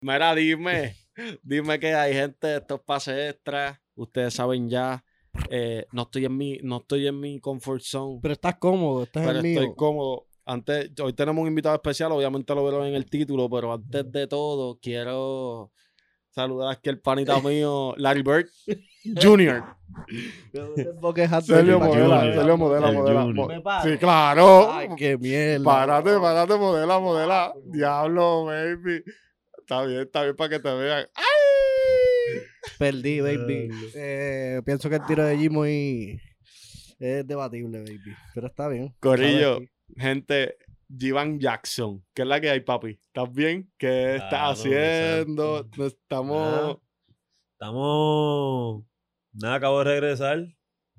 Mira, dime, dime que hay gente de estos pases extras. Ustedes saben ya, eh, no, estoy en mi, no estoy en mi comfort zone, Pero estás cómodo, estás pero en el estoy lío. cómodo. Antes, hoy tenemos un invitado especial, obviamente lo verán en el título, pero antes de todo, quiero saludar aquí el panita mío, Larry Bird Jr. Sergio Paquito, modela, Paquito. Sergio modela, El modela. Junior. mo- Me paro. Sí, claro. Ay, qué mierda. Párate, párate, modela, modela. Diablo, baby. Está bien, está bien para que te vean. ¡Ay! Perdí, baby. Eh, pienso que el tiro de Jimmy es debatible, baby. Pero está bien. Corillo, gente, Jivan Jackson, ¿qué es la que hay, papi? ¿Estás bien? ¿Qué estás Claro, haciendo? exacto. Ah. No Estamos. Estamos. Nada, acabo de regresar.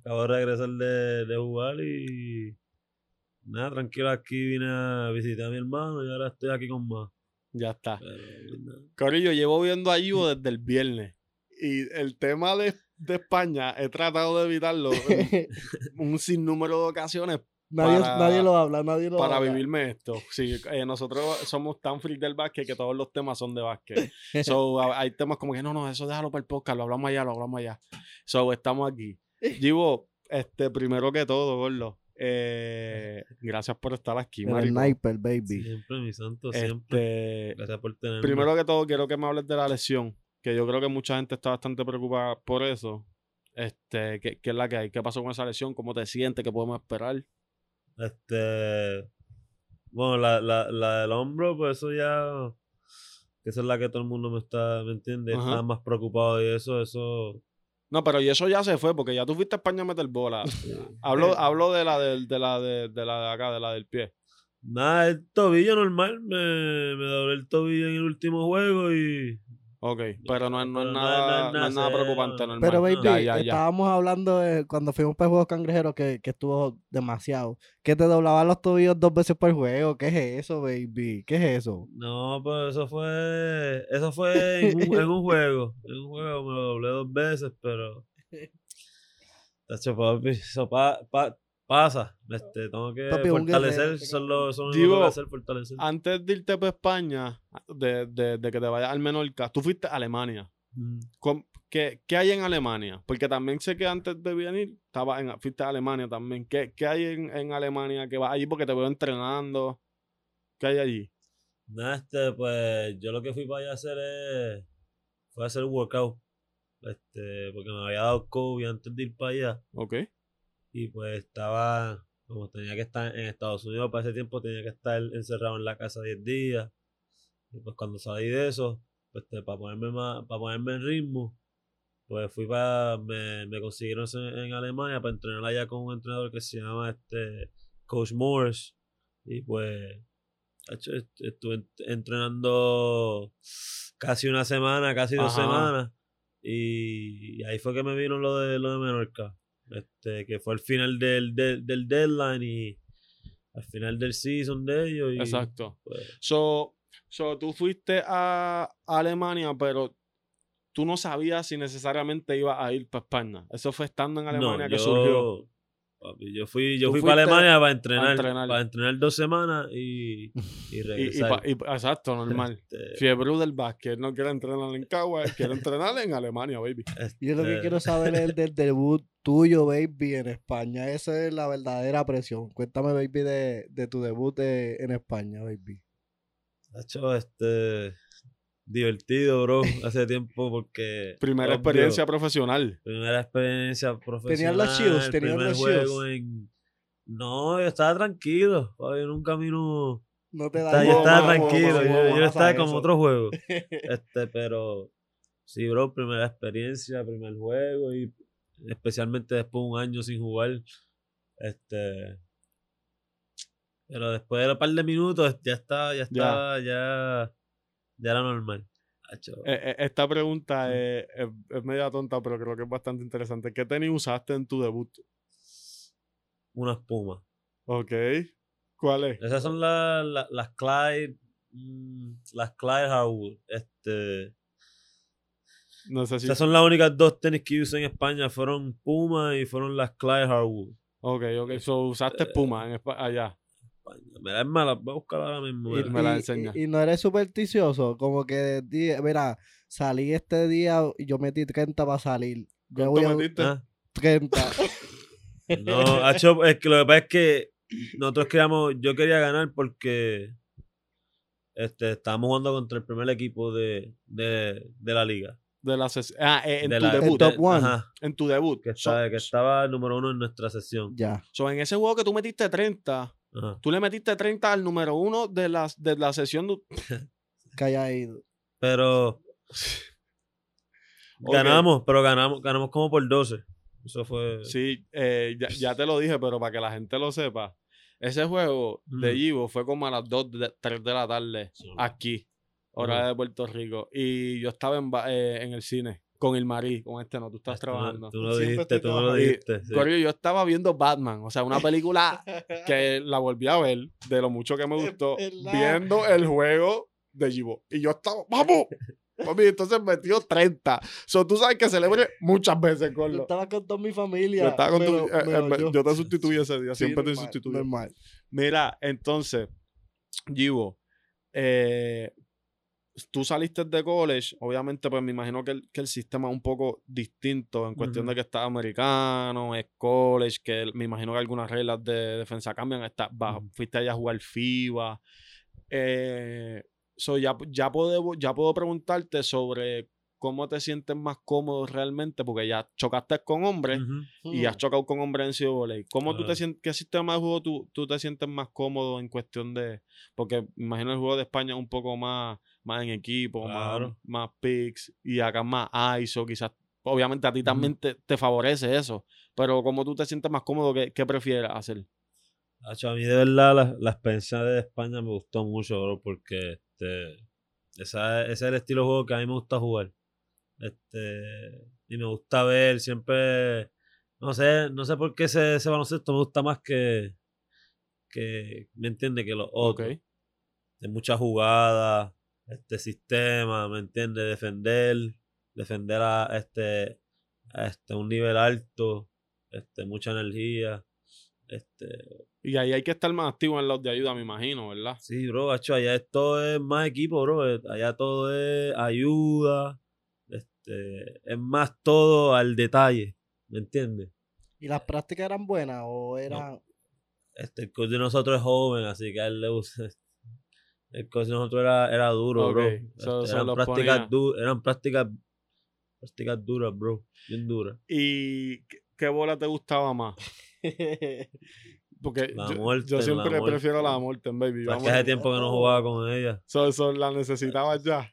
Acabo de regresar de, de jugar y. Nada, tranquilo, aquí vine a visitar a mi hermano y ahora estoy aquí con más. Ya está. Pero, nada. Corillo, llevo viendo a Ivo desde el viernes. Y el tema de, de España, he tratado de evitarlo en un sinnúmero de ocasiones nadie, Para- nadie lo habla, nadie lo para habla. vivirme esto. Sí, eh, nosotros somos tan freak del básquet que todos los temas son de básquet. So, a- hay temas como que no, no, eso déjalo para el podcast, lo hablamos allá, lo hablamos allá. So, estamos aquí. Givo, este, primero que todo, Gordo, eh, gracias por estar aquí, El marico. sniper, baby. Siempre, mi santo, siempre. Este, Gracias por tenerme. primero que todo, quiero que me hables de la lesión, que yo creo que mucha gente está bastante preocupada por eso. Este, ¿qué, qué es la que hay? ¿Qué pasó con esa lesión? ¿Cómo te sientes? ¿Qué podemos esperar? Este. Bueno, la, la, la del hombro, pues eso ya. que Esa es la que todo el mundo me está, ¿me entiende? Ajá. Está más preocupado y eso, eso. No, pero y eso ya se fue, porque ya tú fuiste a España a meter bola. Eh. Hablo, hablo de la del, de la de, de la de acá, de la del pie. Nada, el tobillo normal. Me, me doblé el tobillo en el último juego y. Ok, pero no, es- no Pero es no nada, es- no es nada serio. preocupante, normal. Pero, Normal. baby, Ya, ya, ya. estábamos hablando de cuando fuimos para el juego cangrejero que, que estuvo demasiado. Que te doblaban los tobillos dos veces por juego. ¿Qué es eso, baby? ¿Qué es eso? No, pero eso fue. Eso fue en un, en un juego. En un juego me lo doblé dos veces, pero. Tacho, papi, eso pa- pa- pasa. Este, tengo que Papi, un guerrero, ah. fortalecer. te Eso es lo, eso es lo único que Digo, voy a hacer, fortalecer. Antes de irte para España, de, de- de que te vayas al Menorca, tú fuiste a Alemania. Mm. Com- ¿Qué, qué hay en Alemania? Porque también sé que antes de venir estaba en, fuiste a Alemania también. ¿Qué, qué hay en, en Alemania que vas allí? Porque te veo entrenando. ¿Qué hay allí? Nada, este, pues yo lo que fui para allá a hacer es. Fue a hacer un workout. Este, porque me había dado COVID antes de ir para allá. ¿Ok? Y pues estaba. Como tenía que estar en Estados Unidos para ese tiempo, tenía que estar encerrado en la casa 10 días. Y pues cuando salí de eso, pues, este, para ponerme más, para ponerme en ritmo, pues fui para. Me, me consiguieron eso en, en Alemania para entrenar allá con un entrenador que se llama este Coach Morris. Y pues. tacho, est- Estuve ent- entrenando casi una semana, casi dos Ajá. semanas. Y, y ahí fue que me vino lo de lo de Menorca. Este, que fue al final del, del, del deadline y al final del season de ellos. Y, Exacto. pues, So, so, tú fuiste a Alemania, pero tú no sabías si necesariamente ibas a ir para España. Eso fue estando en Alemania que yo, surgió. papi, yo fui, yo Tú fui para fuiste Alemania para entrenar, entrenar. Para entrenar dos semanas y, y Y, y regresar. pa- y pa- exacto, normal. Este, Fiebre del básquet, no quiere entrenar en Cagua, quiere entrenar en Alemania, baby. Yo lo que este, quiero saber es del debut tuyo, baby, en España. Esa es la verdadera presión. Cuéntame, baby, de, de tu debut eh, en España, baby. tacho, este, divertido, bro. Hace tiempo porque. Primera obvio, experiencia profesional. Primera experiencia profesional. los chills, tenían primer los juego en- No, yo estaba tranquilo. papi, en un camino. No te O da sea, yo Wow, estaba wow, wow, tranquilo, wow, yo- wow, yo, wow, estaba wow, como eso. otro juego. Este, pero sí, bro, primera experiencia, primer juego y especialmente después de un año sin jugar. Este pero después de un par de minutos ya estaba, ya estaba, ya ya era normal. Acho, Eh, eh, esta pregunta es, es, es media tonta, pero creo que es bastante interesante. ¿Qué tenis usaste en tu debut? Una espuma. ¿Ok? ¿Cuál es? Esas son la- la- las Clyde mm, las Clyde Hardwood. Este Necesito. Esas son las únicas dos tenis que usé en España. Fueron Puma y fueron las Clyde Hardwood. Eh, Ok, ok. So, usaste espuma en Espa- allá. España. Me la es mala, voy a buscar ahora mismo. Y- mira. me la enseña. y- y no eres supersticioso, como que, di- mira, salí este día y yo metí 30 para salir. Yo voy ¿Cuánto a metiste? Ah, 30. No, hacho, es que lo que pasa es que nosotros queríamos, yo quería ganar porque este, estábamos jugando contra el primer equipo de, de, de la liga. De la ses- ah, eh, en, de tu la, debut, de- Top one. ajá, en tu debut. que, So- estaba, que estaba el número uno en nuestra sesión. ya. so, en ese juego que tú metiste 30, Ajá. tú le metiste 30 al número uno de, las, de la sesión. du- que haya ido. Pero Ok. ganamos, pero ganamos, ganamos como por 12. Eso fue. Sí, eh, ya, ya te lo dije, pero para que la gente lo sepa, ese juego de Mm. Givo fue como a las 2, de- 3 de la tarde aquí, hora Ujú. de Puerto Rico. Y yo estaba en, ba- eh, en el cine con el Marí, con este, no, tú estás Tú no- trabajando. Tú no lo Siempre dijiste, estoy tú no lo trabajando. Y- dijiste. sí. Corillo, yo estaba viendo Batman, o sea, una película que la volví a ver de lo mucho que me gustó, verdad. viendo el juego de Givo. Y yo estaba, ¡vamos! Papi, entonces metió 30. So, tú sabes que celebré muchas veces con Yo lo. estaba con toda mi familia. Yo estaba con tu- menos- eh, eh, menos me- yo. yo te sustituí ese día, Sí, siempre te normal, sustituyo. normal. Mira, entonces, Givo, eh, tú saliste de college, obviamente, pues me imagino que el, que el sistema es un poco distinto en cuestión Ujú. de que estás americano, es college, que el- me imagino que algunas reglas de defensa cambian, está, vas- Ujú. fuiste allá a jugar FIBA. Eh, so ya, ya, puedo, ya puedo preguntarte sobre cómo te sientes más cómodo realmente, porque ya chocaste con hombres Ujú. y has Hmm. chocado con hombres en volei ¿Cómo tú te Mm. Claro. sientes, qué sistema de juego tú, tú te sientes más cómodo en cuestión de, porque me imagino el juego de España es un poco más, más en equipo, más, Claro. más picks y acá más ISO, quizás, obviamente a ti también te, te favorece eso, pero ¿cómo tú te sientes más cómodo? ¿Qué, qué prefieres hacer? Hacho, a mí de verdad la, la experiencia de España me gustó mucho, bro, porque este, esa- ese es el estilo de juego que a mí me gusta jugar. Este, y me gusta ver siempre, no sé, no sé por qué ese, ese baloncesto me gusta más que, que ¿me entiende? Que los Ok. otros. De muchas jugadas, este sistema, ¿me entiende? Defender, defender a este, a este un nivel alto, este, mucha energía, este Y ahí hay que estar más activo en los de ayuda, me imagino, ¿verdad? Sí, bro, acho, allá esto es más equipo, bro. eh, Allá todo es ayuda. Este, es más todo al detalle. ¿Me entiendes? ¿Y las prácticas eran buenas o eran...? Este, el coach de nosotros es joven, así que a él le gusta. El coach de nosotros era, era duro, Ok, bro. so- Este, so eran, los ponía- prácticas du- eran prácticas prácticas duras, bro. Bien duras. ¿Y qué- qué bola te gustaba más? Porque La yo, muerte, yo la siempre muerte. Pues prefiero la muerte, baby. Pero es que vamos. hace tiempo que no jugaba con ella. So- so, la necesitabas ya.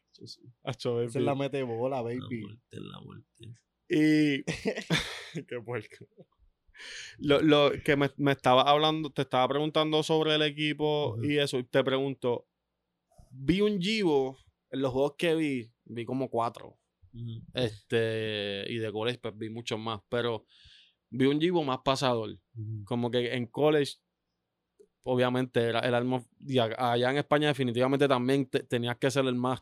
Acho, Se baby. pues, la mete bola, La baby. muerte, la muerte. Y. qué puerco. Lo, lo que me, me estaba hablando, te estaba preguntando sobre el equipo Ujú. y eso, y te pregunto: vi un Givo en los juegos que vi, vi como cuatro, Ujú. este, y de college pues vi muchos más, pero vi un Givo más pasador, Ujú. como que en college. Obviamente, era el alma. Y a- allá en España, definitivamente también te- tenías que ser el más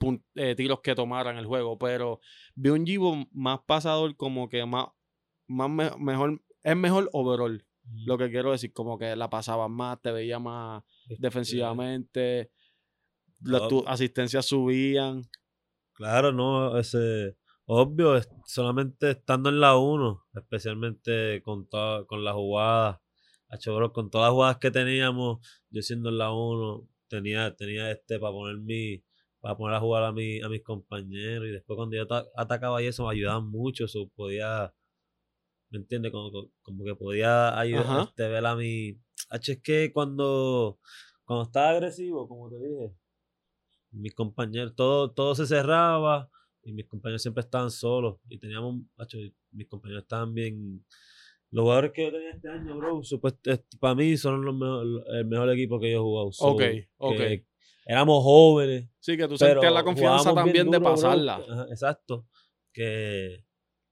pun- eh, tiros que tomaran el juego. Pero vi un Givo más pasador, como que más, más me- mejor, es mejor overall. Lo que quiero decir, como que la pasabas más, te veía más Este, defensivamente, las no, tus asistencias subían. Claro, no, ese, obvio, es- solamente estando en la 1, especialmente con, toda- con las jugadas, Hacho, bro, con todas las jugadas que teníamos, yo siendo en la 1, tenía, tenía este para poner mi, para poner a jugar a, mi, a mis compañeros, y después cuando yo ata- atacaba y eso me ayudaban mucho, eso podía, ¿me entiendes? Como, como- como que podía Ajá. ayudar, este, ver a mi, Hacho, es que cuando, cuando estaba agresivo, como te dije, mis compañeros, todo, todo se cerraba y mis compañeros siempre estaban solos. Y teníamos, macho, mis compañeros estaban bien. Los jugadores que yo tenía este año, bro, para mí son los mejor- el mejor equipo que yo he jugado. So, Ok, que ok. Éramos jóvenes. Sí, que tú pero sentías la confianza jugábamos bien también de duro, bro. pasarla. Ajá, exacto. Que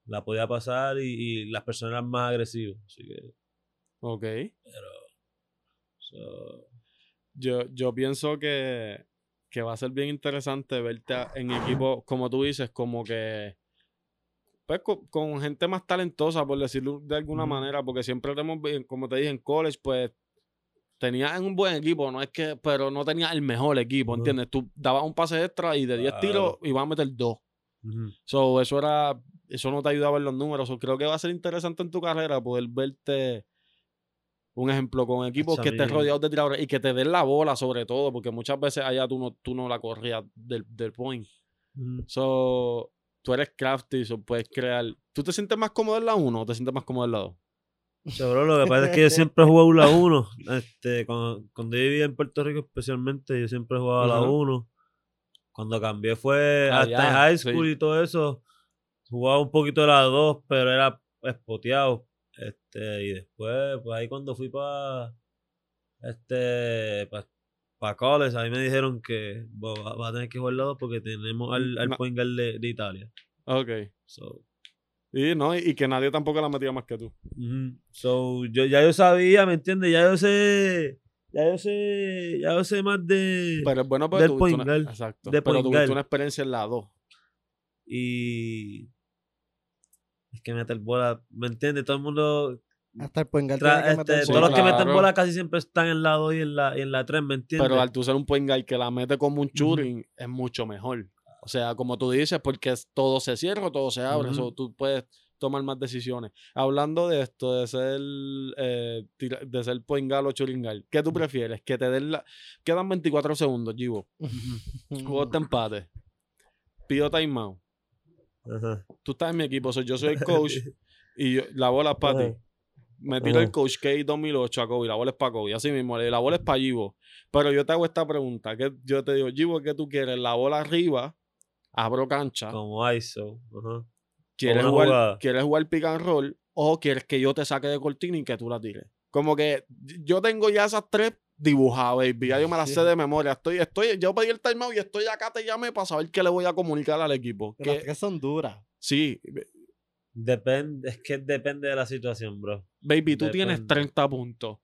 la podía pasar y, y las personas eran más agresivas. Así que, Ok. so, Yo, yo pienso que, que va a ser bien interesante verte a- en equipo, como tú dices, como que pues, co- con, gente más talentosa, por decirlo de alguna Ujú. manera, porque siempre te hemos, vi- como te dije, en college, pues Tenías un buen equipo, no es que, pero no tenías el mejor equipo, No. ¿entiendes? Tú dabas un pase extra y de 10 tiros Claro. ibas a meter dos. Ujú. So, eso era, eso no te ayudaba en los números. So, creo que va a ser interesante en tu carrera poder verte un ejemplo con equipos que estés Chamín. rodeados de tiradores y que te den la bola sobre todo, porque muchas veces allá tú no, tú no la corrías del, del point. Ujú. So, tú eres crafty, so puedes crear. ¿Tú te sientes más cómodo en la 1 o te sientes más cómodo en la 2? Seguro, lo que pasa es que yo siempre jugué a la 1. Este, cuando, cuando yo vivía en Puerto Rico especialmente, yo siempre jugaba a la Ujú. 1. Cuando cambié fue Ah, hasta ya, en high school sí. y todo eso. Jugaba un poquito a la 2, pero era espoteado. Este, y después, pues ahí cuando fui para este pa, pa college, ahí me dijeron que bueno, va, va a tener que jugar la 2 porque tenemos al, al Mm, Ma- point guard de, de Italia. Ok. So, Y, no, y, y que nadie tampoco la metía más que tú. Ujú. So, yo, ya yo sabía, ¿me entiendes? Ya yo sé, ya yo sé, ya yo sé más de... Pero es bueno, porque Del tuviste point una- guard. Exacto. De pero point tuviste guard. una experiencia en la 2. Y... Es que meter bola, ¿me entiendes? Todo el mundo... Hasta el point guard tiene tra- que este, meter todos los que bola. meten Claro. bola casi siempre están en la 2 y en la, y en la 3, ¿me entiendes? Pero al tú ser un point guard que la mete como un shooting, es mucho mejor. O sea, como tú dices, porque es- todo se cierra, todo se abre, Ujú. so tú puedes tomar más decisiones. Hablando de esto, de ser, eh, tira- de ser point guard o shooting guard, ¿qué tú prefieres? Que te den la... Quedan 24 segundos, Givo. Juego de empate. Pido timeout. Ajá. Tú estás en mi equipo, so yo soy el coach y yo- la bola es para ti. Ajá. Me tiro el Ajá. Coach K 2008 a Kobe, la bola es para Kobe, así mismo, la bola es para Givo. Pero yo te hago esta pregunta, que yo te digo, Givo, ¿qué tú quieres? La bola arriba, abro cancha, Como ISO. Ajá. ¿quieres una jugar, jugada. ¿quieres jugar pick and roll o quieres que yo te saque de cortina y que tú la tires? Como que yo tengo ya esas tres dibujadas, baby, ya yo me las sé de memoria. Estoy, estoy, yo pedí el timeout y estoy acá, te llamé para saber qué le voy a comunicar al equipo. Las Que, tres son duras. sí, Depende, es que depende de la situación, bro. baby, tú tienes Depende. 30 puntos.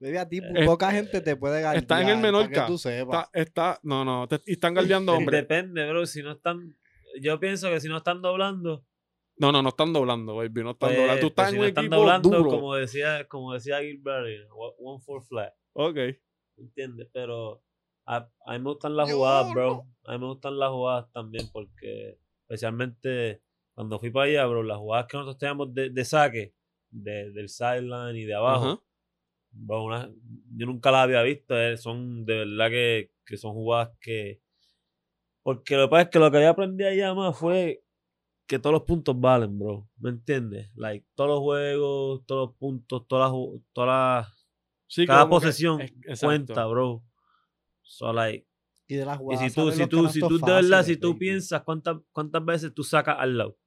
Baby, a ti Eh, poca gente te puede ganar. está en el Menorca. Que tú sepas. Está, está, no, no, te- y están guardiando, hombre. Depende, bro. Si no están... Yo pienso que si no están doblando, No, no, no están doblando, baby. No están Pues, doblando. Tú pues, estás si en no un están equipo doblando, duro. Como decía, como decía Gilbert, Arenas, one one for flat, Ok. ¿entiendes? Pero a, a mí me gustan las Yo jugadas, bro. A mí me gustan las jugadas también porque especialmente cuando fui para allá, bro, las jugadas que nosotros teníamos de, de saque, de, del sideline y de abajo, Ajá. bro, una- yo nunca las había visto. eh, Son de verdad que, que son jugadas que... Porque lo que pasa es que lo que yo aprendí allá más fue que todos los puntos valen, bro. ¿Me entiendes? Like, todos los juegos, todos los puntos, todas las... ju- Todas las- Sí, cada como que- posesión es- exacto. cuenta, bro. So, like, Y de las y jugadas. si tú, salen si los tú, si tú, canastos de verdad, si fáciles, tú baby. piensas cuántas, cuántas veces tú sacas al lado.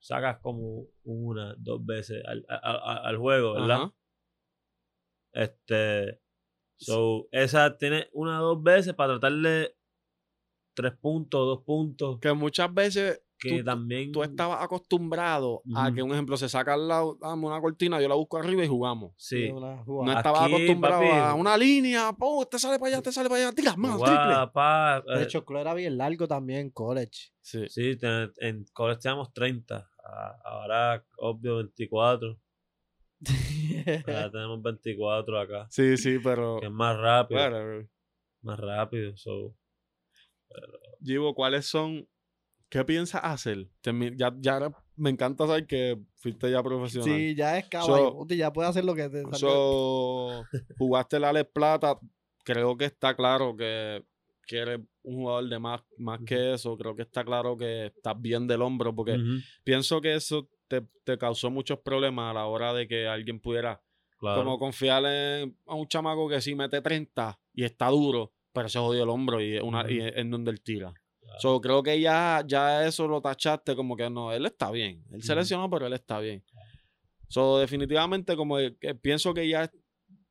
Sacas como una, dos veces al, a- a- a- al juego, ¿verdad? Ajá. Este. So, esa tiene una o dos veces para tratarle tres puntos, dos puntos. Que muchas veces Que tú- también. tú estabas acostumbrado a Ujú. que, un ejemplo, se saca al lado, dame una cortina, yo la busco arriba y jugamos. Sí. Una No jugada. estabas Aquí, acostumbrado papi. a una línea, po, te sale para allá, te sale para allá, tiras más, triple. Guapa, De eh, hecho, Chloe era bien largo también en college. Sí. sí, te- en college teníamos 30. a- Ahora, obvio, 24. Ahora tenemos 24 acá. Sí, sí, pero. Que es más rápido. Whatever. Más rápido. So, Givo, ¿cuáles son? ¿Qué piensas hacer? Termi- Ya, ya ahora me encanta saber que fuiste ya profesional. sí, ya es So- caballo. puti, ya puede hacer lo que te salga. So, jugaste la Alex Plata, creo que está claro que, que eres un jugador de más, más que eso, creo que está claro que estás bien del hombro, porque ujú, pienso que eso te, te causó muchos problemas a la hora de que alguien pudiera claro. como confiar en, a un chamaco que sí mete 30 y está duro, pero se jodió el hombro y, es una, y es en donde él tira. So, creo que ya, ya eso lo tachaste como que no, él está bien. Él se Ujú. lesionó, pero él está bien. So, definitivamente, como que- que pienso que ya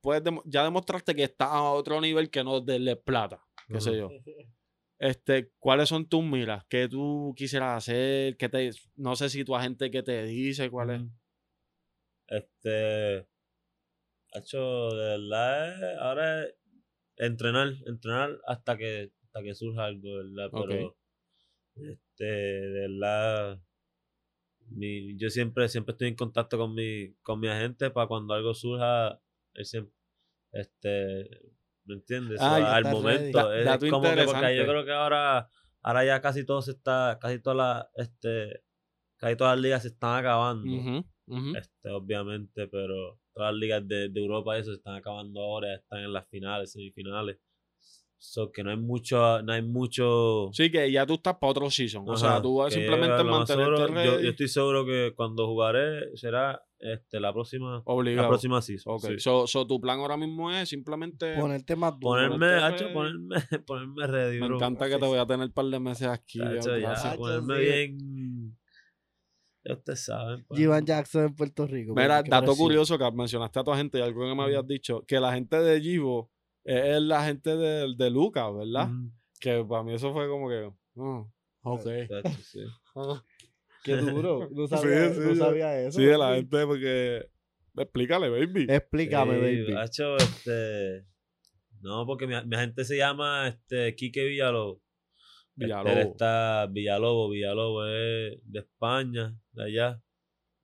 puedes demo- ya demostraste que estás a otro nivel que no de Les plata, qué sé yo. Este, ¿cuáles son tus miras? ¿Qué tú quisieras hacer? ¿Qué te, no sé si tu agente que te dice, cuál es. Ujú. Este. Hecho, de verdad, es- ahora es entrenar, entrenar hasta que, hasta que surja algo, de ¿verdad? Ok. Pero, este, de verdad, mi- yo siempre, siempre estoy en contacto con mi, con mi agente para cuando algo surja, él siem- él siempre, Este, ¿me entiendes? Ah, O ya al está momento. ready. Es Dato como que porque yo interesante. creo que ahora, ahora ya casi todo se está, casi todas las, este, casi todas las ligas se están acabando. Ujú, ujú. Este, obviamente, pero todas las ligas de, de Europa y eso se están acabando ahora, están en las finales, semifinales. So que no hay mucho, no hay mucho. Sí, que ya tú estás para otro season. O sea, Ajá, tú vas que simplemente lo más mantenerte seguro- yo- yo, ready. estoy seguro que cuando jugaré será este, la próxima, la obligado. próxima season. Ok, sí. So, so tu plan ahora mismo es simplemente. Ponerte más duro. Ponerme, ponerte hacho, ready. ponerme, ponerme ready, me bro. encanta que te voy a tener un par de meses aquí. Hacho, en ya, pues, clase. Hacho, ponerme sí. bien. Ya ustedes saben. pues. Givan Jackson en Puerto Rico. Mira, porque dato parecía- curioso que mencionaste a tu gente y algo que me habías dicho, que la gente de Givo es, es la gente de, de Lucas, ¿verdad? Mm, Que para mí eso fue como que. oh, ok. hacho, sí. ah. Qué duro. No sabía, sí, no sí. sabía eso. Sí, Eh, de la papi. gente, porque. Explícale, baby. Explícame, Sí, baby. hacho, este. No, porque mi, mi gente se llama este, Quique Villalobos. Este, él Villalobos. está Villalobos, Villalobos es de España, de allá.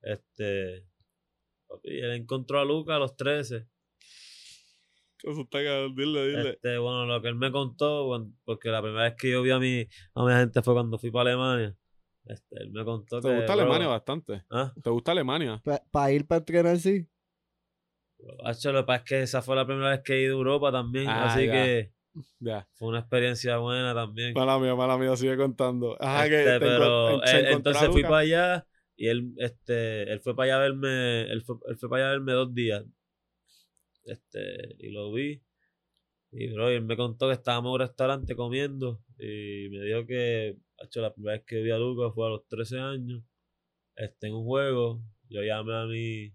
Este. Papi, él encontró a Luca a los 13. Eso está cabrón, dile, dile. Este, bueno, lo que él me contó, cuan- porque la primera vez que yo vi a mi, a mi gente fue cuando fui para Alemania. Este, él me contó que. Te gusta bro, Alemania bastante. ¿ah? Te gusta Alemania. Para ir para entrenar, sí. Hacho, lo que pasa es que esa fue la primera vez que he ido a Europa también, Ah, así ya. que Ya. fue una experiencia buena también. Mala mía, mala mía, sigue contando. Ajá, que Este, te encon- pero en- se él- encontró a entonces fui Lucas. para allá y él este él fue para allá a verme él fue, él fue para allá a verme dos días este y lo vi y bro y él me contó que estábamos en un restaurante comiendo y me dijo que hecho la primera vez que vi a Lucas fue a los 13 años este en un juego yo llamé a mi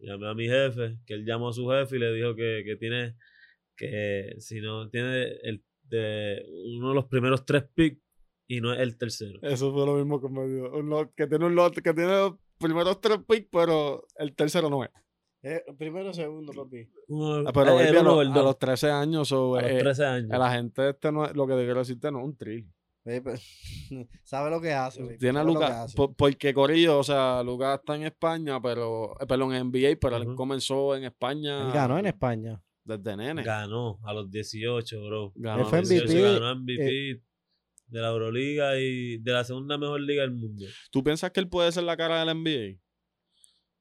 llamé a mi jefe que él llamó a su jefe y le dijo que, que tiene que si no tiene el de uno de los primeros tres picks y no es el tercero Eso fue lo mismo que me dijo. Un lot- que tiene un lot, que tiene los primeros tres picks, pero el tercero no es. Eh, primero, segundo, papi. Uno- Ah, Pero eh, baby, el a, uno los- o el a dos. los 13 años, o, A los eh, 13 años. a la gente este no es- lo que te quiero decirte no es un thrill. Sabe lo que hace, baby. Tiene a pues, sabe lo que Lucas, hace. por- porque Corillo, o sea, Lucas está en España, pero, eh, perdón, en NBA, pero él Ujú. comenzó en España. Él ganó en España. Desde nene. Ganó a los 18, bro. Ganó Él fue a los 18. MVP. ganó MVP eh, de la Euroliga y de la segunda mejor liga del mundo. ¿Tú piensas que él puede ser la cara del NBA?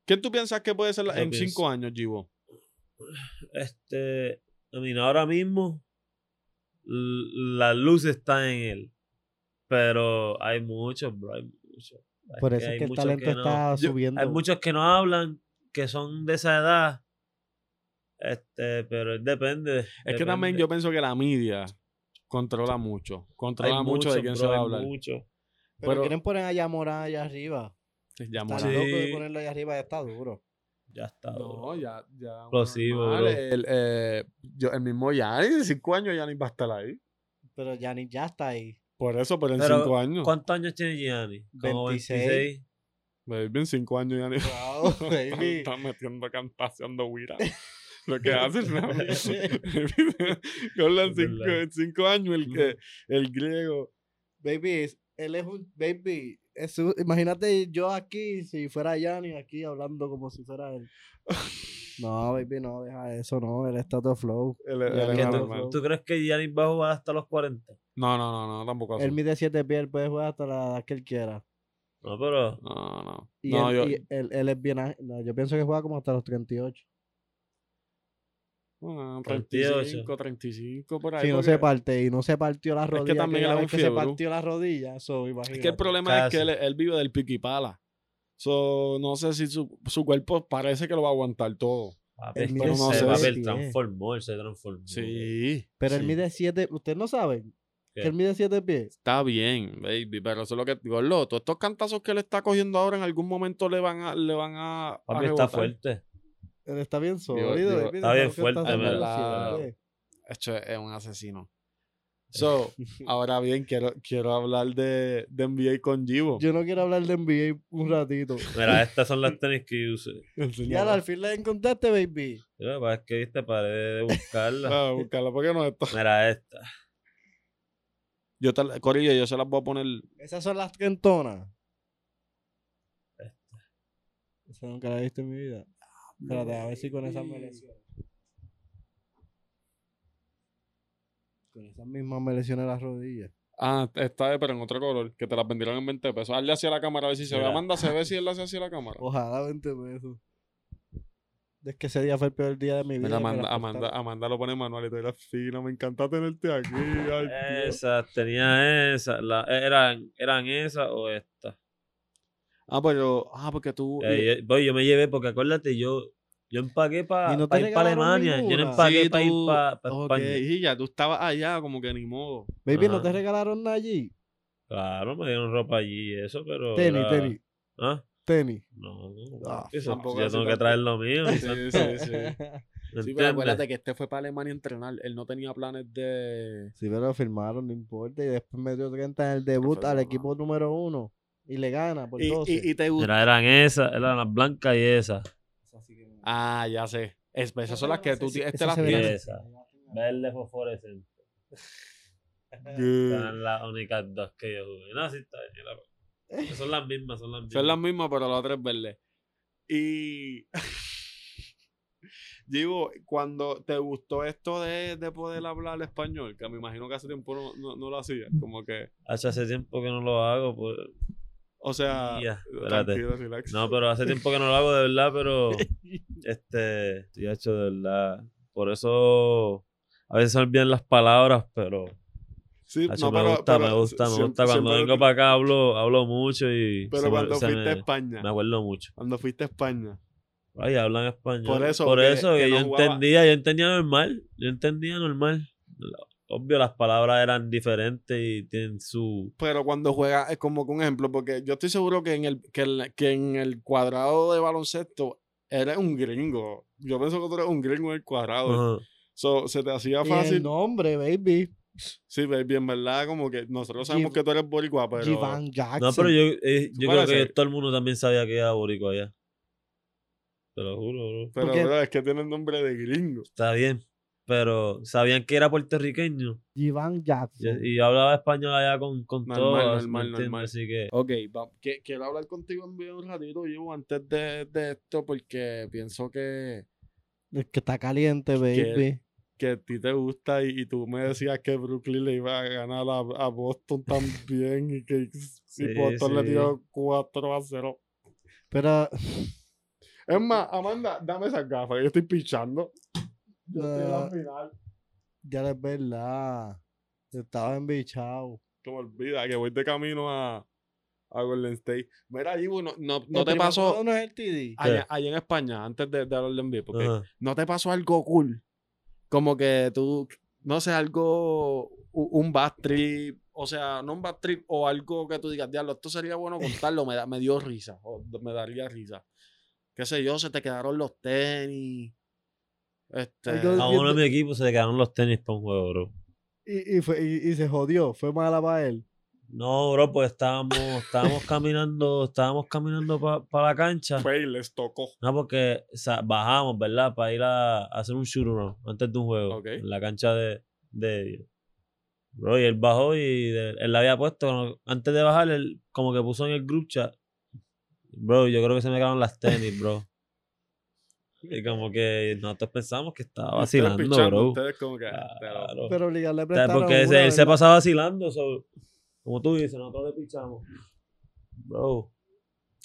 ¿Quién tú piensas que puede ser la- Yo en pienso- cinco años, Givo? Este, I mean, ahora mismo l- la luz está en él. Pero hay muchos, bro, hay muchos. Es Por eso es hay que el muchos talento no- está Yo- subiendo. Hay muchos que no hablan, que son de esa edad. Este, pero él depende. Es que también yo pienso que la media controla mucho. Controla mucho de quién se va a hablar. Mucho. Pero, pero- quieren poner a Yamorán allá arriba. Ya Está Morán. Sí. loco de ponerlo allá arriba, ya está duro. Ya está. No, bro. ya, ya. Explosivo, normal, bro. El, eh, yo, el mismo Yanis, en cinco años Yanis va a estar ahí. Pero Yanis ya está ahí. Por eso, pero en Pero, cinco años. ¿Cuántos años tiene Gianni? Como 26. 26. Baby, en cinco años Yanis. Wow, baby. Está metiendo cantaseando Wira. Lo que hace es una mierda. Con los Es cinco, verdad. en cinco años el, que- el griego. Baby, es- él es un baby. es un- imagínate yo aquí, si fuera Yanni, aquí hablando como si fuera él. No, baby, no, deja eso, no. Él está todo flow. El, Ya, el- ya el ¿Qué no, tú, normal. no. tú crees que Gianni va a jugar hasta los 40? No, no, no, no, tampoco así. Él mide siete pies, él puede jugar hasta la edad que él quiera. No, pero. No, no. Y, no, él, yo, y él- él es bien. ágil. No, yo pienso que juega como hasta los 38. Ah, 38. 35, 35, por ahí. Si no porque- se parte y no se partió la que rodilla. también él ya es ves un que se fiebre. partió la rodilla, so, Es que el imagínate. problema Casi. es que él, él vive del pico y pala. So, no sé si su, su cuerpo parece que lo va a aguantar todo. Papi, Él es que mide ese seis papi, pies. él transformó, él se transformó. Sí. Pero él sí. mide siete. Ustedes no saben ¿Qué? que él mide siete pies. Está bien, baby, pero eso es lo que digo. Lo, todos estos cantazos que él está cogiendo ahora en algún momento le van a. Le van a, a Papi está rebotar. fuerte. Él está bien sólido. digo, baby, está bien lo que está fuerte, haciendo ¿verdad? los siete Claro. pies. Esto es es un asesino. So, ahora bien, quiero, quiero hablar de, de NBA con Givo. Yo no quiero hablar de NBA un ratito. Mira, estas son las tenis que yo usé. Ya al fin la encontraste, baby. Yo, lo que pasa es que viste, paré de buscarla. Ah, búscala, porque no está. Mira esta. Yo te la- Corillo, yo se las voy a poner. Esas son las trentonas. Este. Esa nunca la he visto en mi vida. Espérate, a ver si con esa me lesiono. Con esas mismas me lesioné las rodillas. Ah, está de, pero en otro color, que te las vendieron en 20 pesos. Hazle hacia la cámara a ver si se ve. Mira. Amanda, se ve si él la hace hacia la cámara. Ojalá 20 pesos. Es que ese día fue el peor día de mi vida. Mira, y me Amanda, las Amanda, cortaron. Amanda lo pone manual y te la fina. Me encanta tenerte aquí. Ay, Dios. Esas, tenía esas. la- eran, eran esas o estas. Ah, pero, ah, porque tú. y- Eh, yo, voy, yo me llevé porque acuérdate, yo, yo empaqué para ¿Y no te ir para regalaron Alemania. Yo ninguna? no empaqué Sí, para ir tú- para ok, España. y ya, tú estabas allá como que ni modo. Baby, ¿no Ajá. te regalaron nada allí? Claro, me dieron ropa allí y eso, pero. Tenis, era- tenis, ¿Ah? tenis. No, no. Ah, eso, tampoco yo así tengo que tanto. traer lo mío. Sí, ¿me sí, sí. Sí, pero entiendes? acuérdate que este fue para Alemania a entrenar. Él no tenía planes de. Sí, pero firmaron, no importa. Y después metió 30 en el debut Perfecto, al no. equipo número uno. Y le gana por Y, 12. y- y te gustó. Mira, eran esas, eran las blancas y esas. Ah, ya sé. Es- esas son las que tú. ti- Esa Este las se ve la- tienes. Esa. Verde fosforescente. Eran las únicas dos que yo jugué. No, sí, está bien. era- Son las mismas, son las mismas. Son las mismas, pero la otra es verde. Y. Digo, cuando te gustó esto de, de poder hablar español, que me imagino que hace tiempo no, no- no lo hacías, como que. Hacho, hace tiempo que no lo hago. Pues. O sea. Ya, espérate. tranquilo, relax. No, pero hace tiempo que no lo hago, de verdad, pero. Este. Estoy hecho de verdad. Por eso. A veces se me olvidan las palabras, pero. Sí, hacho, no, me, pero- gusta, me pero gusta, me gusta, siem- Cuando siempre- vengo para acá hablo, hablo mucho y. Pero se me- cuando se fuiste a me- España. me acuerdo mucho. Cuando fuiste a España. Ay, hablan español. Por eso, Por que- eso, que, que no yo jugaba- entendía, yo entendía normal. Yo entendía normal. Obvio, las palabras eran diferentes y tienen su. pero cuando juega es como que un ejemplo, porque yo estoy seguro que en el, que en la- que en el cuadrado de baloncesto eres un gringo. Yo pienso que tú eres un gringo en el cuadrado. Ajá. So, se te hacía Y el fácil. nombre, baby. Sí, baby, en verdad, como que nosotros sabemos Giv- que tú eres boricua, pero... Givan Jackson. No, pero yo, eh, yo creo Parece- que todo el mundo también sabía que era boricua allá. Te lo juro, bro. Pero, Porque- bro, es que tienen nombre de gringo. Está bien. Pero sabían que era puertorriqueño. Givan Y, Jackson. y yo hablaba español allá con, con Normal, todas. ¿me normal, entiendes? normal. Así que. Ok, va- que- quiero hablar contigo en video un ratito, Givo, antes de, de esto, porque pienso que, El que está caliente, baby. que a ti te gusta y, y tú me decías que Brooklyn le iba a ganar a, a Boston también y que y Boston le sí. dio 4 a 0. Pero Es más, Amanda, dame esas gafas, yo estoy pichando. Yo estoy en la Ah. final. ya es verdad. Yo estaba embichado. Se me olvida que voy de camino a, a Golden State. Mira, Givo, no, no, El no te primer pasó... juego No es el TD. Allá, allá en España, antes de, de hablar de NBA, porque ajá. ¿no te pasó algo cool? Como que tú, no sé, algo, u- un bad trip, o sea, no un bad trip, o algo que tú digas, diablo, esto sería bueno contarlo, me, da- me dio risa, o d- me daría risa. Qué sé yo, se te quedaron los tenis, este... Algo- A uno de mi equipo se le quedaron los tenis para un juego, bro. Y, y, fue- y, y se jodió. Fue mala para él. No, bro, pues estábamos, estábamos caminando, estábamos caminando para la cancha. Güey, les tocó. No, porque sa- bajamos, ¿verdad? Para ir a, a hacer un shoot around antes de un juego. Ok. En la cancha de, de ellos. Bro, y él bajó y de- él la había puesto. ¿no? Antes de bajar, él como que puso en el group chat. Bro, yo creo que se me quedaron las tenis, bro. Y como que nosotros pensamos que estaba Y ustedes vacilando, pichando, bro. Ustedes como que... "Ah, te lo- Claro. Pero obligarle a Oh. O sea, prestar. porque una, se- él se ¿verdad? pasaba vacilando. so, como tú dices, nosotros le pichamos. Bro.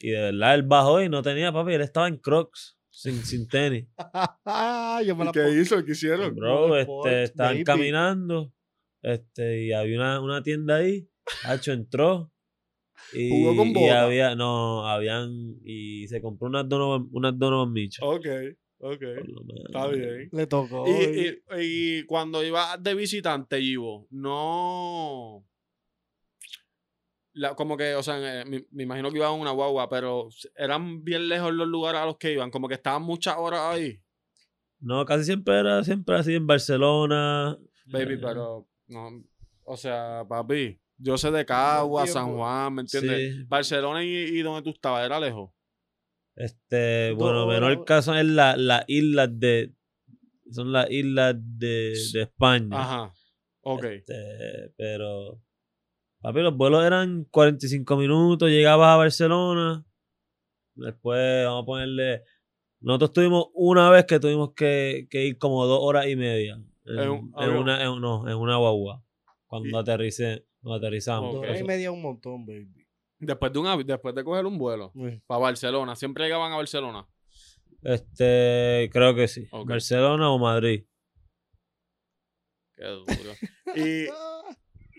Y de verdad, él bajó y no tenía papi. Él estaba en Crocs, sin, sin tenis. Ah, yo me ¿Y la qué hizo? ¿Qué hicieron? Bro, Motorsport, este, estaban baby. caminando. Este, y había una, una tienda ahí. Hacho entró. Y, Jugó con y bola. había, no, habían, y se compró unas Donovan, unas Donovan Mitchell. Ok, ok, por lo menos. está bien. Le tocó. Y, y- y- y cuando iba de visitante, Ivo, no. La- como que, o sea, eh, me, me imagino que iban en una guagua, pero s- eran bien lejos los lugares a los que iban, como que estaban muchas horas ahí. No, casi siempre era, siempre así en Barcelona. Baby, Eh, pero, no, o sea, papi, yo sé de Cagua, tiempo. San Juan, ¿me entiendes? sí. Barcelona y, y donde tú estabas, era lejos. Este, Dos bueno, horas. menor caso es la- las islas de. Son las islas de, de España. Ajá, ok. Este, pero. Papi, los vuelos eran 45 minutos, llegabas a Barcelona. Después, vamos a ponerle. Nosotros tuvimos una vez que tuvimos que, que ir como dos horas y media en, En un en avión. una, en- no, en una guagua. Cuando, Y- aterrice, cuando aterrizamos. Ok. Dos y media es un montón, baby. Después de, un, avi- después de coger un vuelo Uy, para Barcelona, siempre llegaban a Barcelona. Este, creo que sí. Ok. Barcelona o Madrid. Qué duro. y Ah.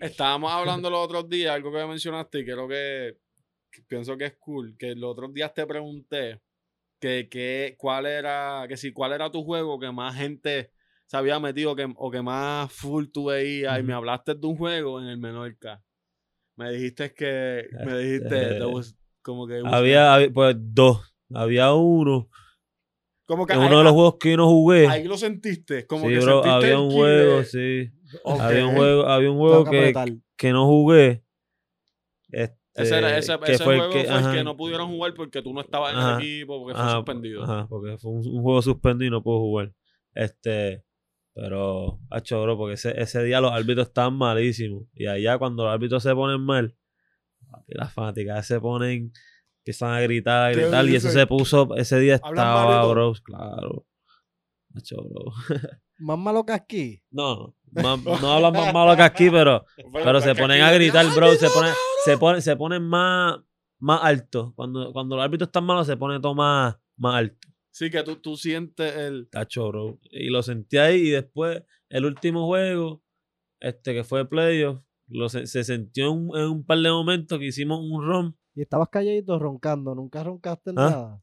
estábamos hablando los otros días, algo que mencionaste y creo que, que pienso que es cool, que los otros días te pregunté que, que cuál era, que si cuál era tu juego que más gente se había metido que, o que más full tú veías y me Ujú. hablaste de un juego en el Menorca. Me dijiste que, me dijiste, Este, there was- como que... Había, había- pues, dos. Había uno. como que En ahí- uno de los juegos que yo no jugué. Ahí lo sentiste, como sí, que bro, sentiste había el un ki juego, de- sí. Ok. Había un juego, había un tengo juego que que, apretar. que no jugué. Este, Ese, era- ese- que ese fue el juego que- fue el ajá. que no pudieron jugar porque tú no estabas en Ajá. el equipo, porque fue Ajá, suspendido. Ajá, porque fue un, un juego suspendido y no puedo jugar. Este, pero, hacho, bro, porque ese, ese día los árbitros estaban malísimos. Y allá cuando los árbitros se ponen mal, papi, las fanáticas se ponen, empiezan a gritar, a ¿Qué gritar. Y eso dicen? se puso, ese día ¿Hablan estaba, mal y todo? bro, claro. Hacho, bro. Más malo que aquí. No, no, ma- no hablan más malo que aquí, pero, pero se ponen a gritar, "Ah, bro. Se ponen, se ponen, se ponen más, más alto. Cuando, cuando los árbitros están malos, se pone todo más, más alto. Sí, que tú, tú sientes el. Tacho, bro. Y lo sentí ahí. Y después, el último juego, este que fue de playoff, lo se, se sintió en, un- en un par de momentos que hicimos un rom. Y estabas calladito roncando, nunca roncaste en ¿Ah? nada.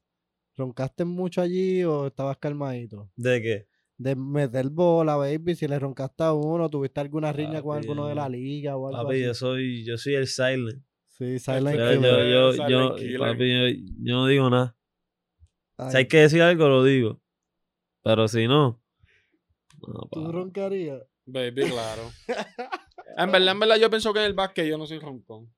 ¿Roncaste mucho allí o estabas calmadito? ¿De que De meter bola, baby, si le roncaste a uno, tuviste alguna riña con Papi, alguno de la liga o algo Papi, así. yo soy, yo soy el silent. Sí, Silent eh. Yo, Killer. yo, yo, Silent yo- killer. papi, yo- yo no digo nada. Ay, Si hay que decir algo, lo digo. Pero si no. no, ¿Tú pa. roncarías? Baby, claro. en verdad, en verdad, yo pienso que en el básquet yo no soy roncón.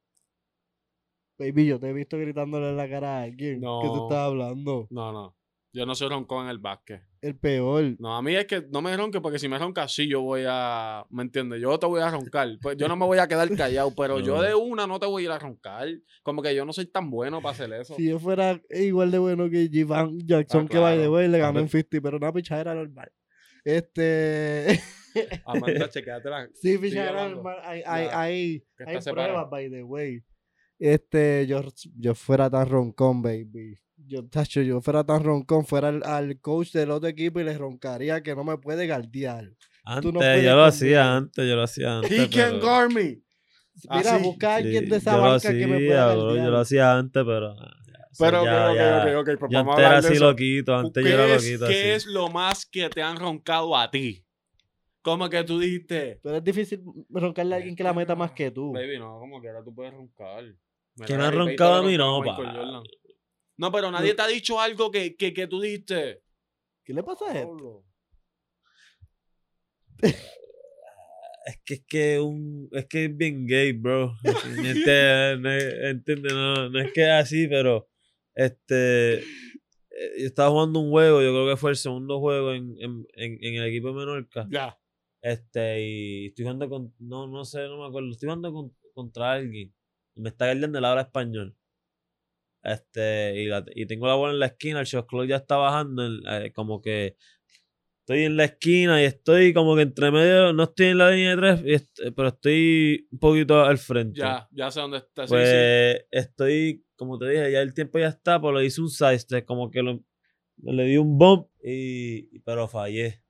Baby, yo te he visto gritándole en la cara a alguien. ¿Qué tú No. estás hablando? No, no. Yo no soy roncón en el básquet. El peor. No, a mí es que no me ronque, porque si me roncas, sí, yo voy a. ¿Me entiendes? Yo te voy a roncar. Pues yo no me voy a quedar callado, pero yo No. de una no te voy a ir a roncar. Como que yo no soy tan bueno para hacer eso. Si yo fuera igual de bueno que Jivan Jackson, Ah, que by the claro. way le ganó Hombre. en 50, pero una pichadera normal. Este. Amanda, chequéate la. sí, pichadera hablando. normal. Hay, hay, Ya, hay, que hay está separado. pruebas, by the way. Este, yo, yo fuera tan roncón, baby. Yo, tacho, yo fuera tan roncón, fuera al, al coach del otro equipo y le roncaría que no me puede galdear. Antes, tú no puedes yo lo con- hacía, antes, yo lo hacía antes. He can pero- guard me. Mira, Así. busca a alguien Sí, de esa yo lo banca que me hacía, pueda bro, galdear. Yo lo hacía antes, pero. ah, ya, eso Pero, ya, ok, ya. ok, ok, ok. Pues Yo vamos antes a era hablar de así eso. loquito, antes yo ¿Qué era es- loquito así. ¿Qué es lo más que te han roncado a ti? Como que tú dijiste. Pero es difícil roncarle a alguien que la meta más que tú. Baby, no, como que ahora tú puedes roncar. Mira, Que me han Gary Payton roncado a mí, roncaba no, Michael pa. Jordan. No, pero nadie te ha dicho algo que, que, que tú dijiste. ¿Qué le pasa a él? Pablo. Es que es que un, es que es bien gay, bro. Este, no, es- entiende, no, no es que es así, pero este eh, yo estaba jugando un juego, yo creo que fue el segundo juego en, en, en, en el equipo de Menorca. Ya. Este, y estoy jugando con, no, no sé, no me acuerdo, estoy jugando con- contra alguien. Y me está guardando el habla español. Este, y, la- y tengo la bola en la esquina, el shot clock ya está bajando, el- eh, como que estoy en la esquina y estoy como que entre medio, no estoy en la línea de tres, y est- pero estoy un poquito al frente. Ya, ya sé dónde está. Sí, sí. Pues estoy, como te dije, ya el tiempo ya está, pero le hice un side step, como que lo- le di un bump y pero fallé.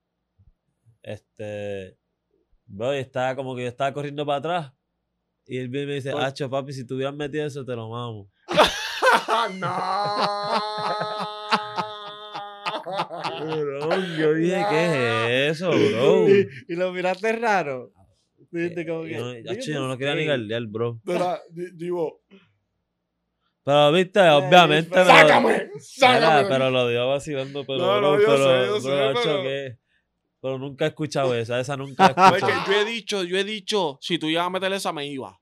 Este, bro, y estaba como que yo estaba corriendo para atrás y él viene y me dice, Pues- "Acho, papi, si te hubieras metido eso te lo mamo." ¡Ah, no. Bro, yo dije, "¿Qué es eso, bro?" Y, y lo miraste raro. Eh, Dijiste como que, Yo, no- "Digo, acho, yo no ¿por lo quería ni qué?". galdear, bro. Mira, di- digo, Pero viste, obviamente me lo- ¡Sácame! Mira, ¡Sácame! pero lo dio vacilando, pero. No, no, bro, yo pero, sé, yo bro, sé, hacho, pero- que- pero nunca he escuchado esa, esa nunca he Pues que escuchado. yo he dicho, yo he dicho, si tú ibas a meter esa, me iba.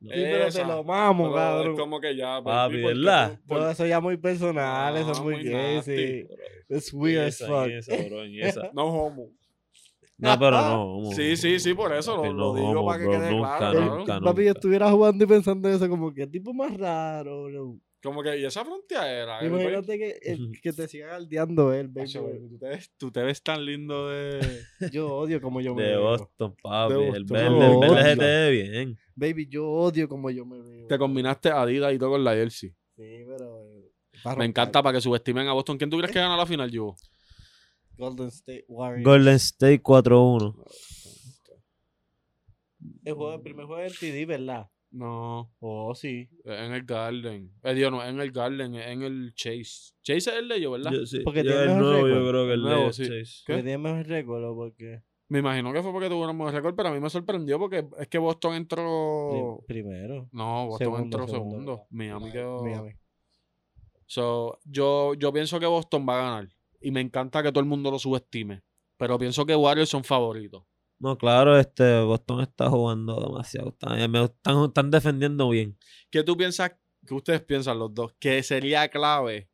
No. Sí, pero te Esa. lo mamo, Pero cabrón. es como que ya. Papi, ¿por qué ¿verdad? tú- por- No, eso ya muy personal, eso es No, muy, muy gay, sí. nasty. It's En weird as esa, fuck. en esa, bro, en esa. No homo. No, pero no. no, Sí, sí, sí, por eso lo- papi, lo digo para que quede nunca, claro, Nunca, Papi, nunca. yo estuviera jugando y pensando eso como que tipo más raro, bro. Como que, y esa frontera era. eh, el baby. Imagínate que, el- que te siga galdeando él, baby. Eh, Acho, baby, tú, te ves, tú te ves tan lindo de. Yo odio como yo me De veo. Boston, papi. De El Boston. verde, el Boston. verde se te ve bien. Baby, yo odio como yo me veo. Te combinaste Adidas y todo con la jersey. Sí, pero. eh, va a Me romper. encanta para que subestimen a Boston. ¿Quién tú crees que ¿Eh? gana la final, yo? Golden State Warriors. Golden State 4-1. El, juego, el primer juego del TD, ¿verdad? No, Oh, sí. en el Garden. Eh, Dios, no, en el Garden, en el Chase. Chase es el de ellos, ¿verdad? Yo, sí, Porque yo tiene el mejor nuevo, yo récord. creo que el El nuevo, nuevo, sí. Chase. ¿Qué? Que tiene mejor récord, ¿o? porque. Me imagino que fue porque tuvieron un buen récord, pero a mí me sorprendió porque es que Boston entró. Prim- primero. No, Boston Segundo, entró segundo, segundo. ¿verdad? Miami quedó. Miami. So, yo, yo pienso que Boston va a ganar. Y me encanta que todo el mundo lo subestime. Pero pienso que Warriors son favoritos. No, claro, este Boston está jugando demasiado. Están, me- están, están defendiendo bien. ¿Qué tú piensas, qué ustedes piensan los dos, que sería clave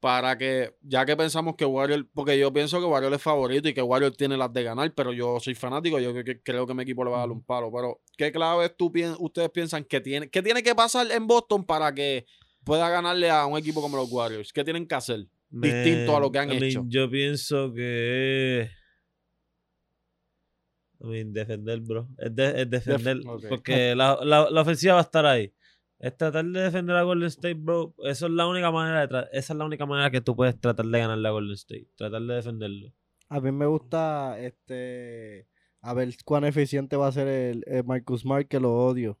para que, ya que pensamos que Warrior, porque yo pienso que Warrior es favorito y que Warrior tiene las de ganar, pero yo soy fanático, yo que- que creo que mi equipo le va a dar un palo, pero ¿qué claves tú pien- ustedes piensan que tiene, que tiene que pasar en Boston para que pueda ganarle a un equipo como los Warriors? ¿Qué tienen que hacer? Me- Distinto a lo que han I mean, hecho. Yo pienso que. I mean, defender, bro. Es, de- es defender. ok. Porque la, la- la ofensiva va a estar ahí. Es tratar de defender a Golden State, bro. Eso es la única manera de tra- Esa es la única manera que tú puedes tratar de ganarle a Golden State. Tratar de defenderlo. A mí me gusta este a ver cuán eficiente va a ser el, el Marcus Smart, que lo odio.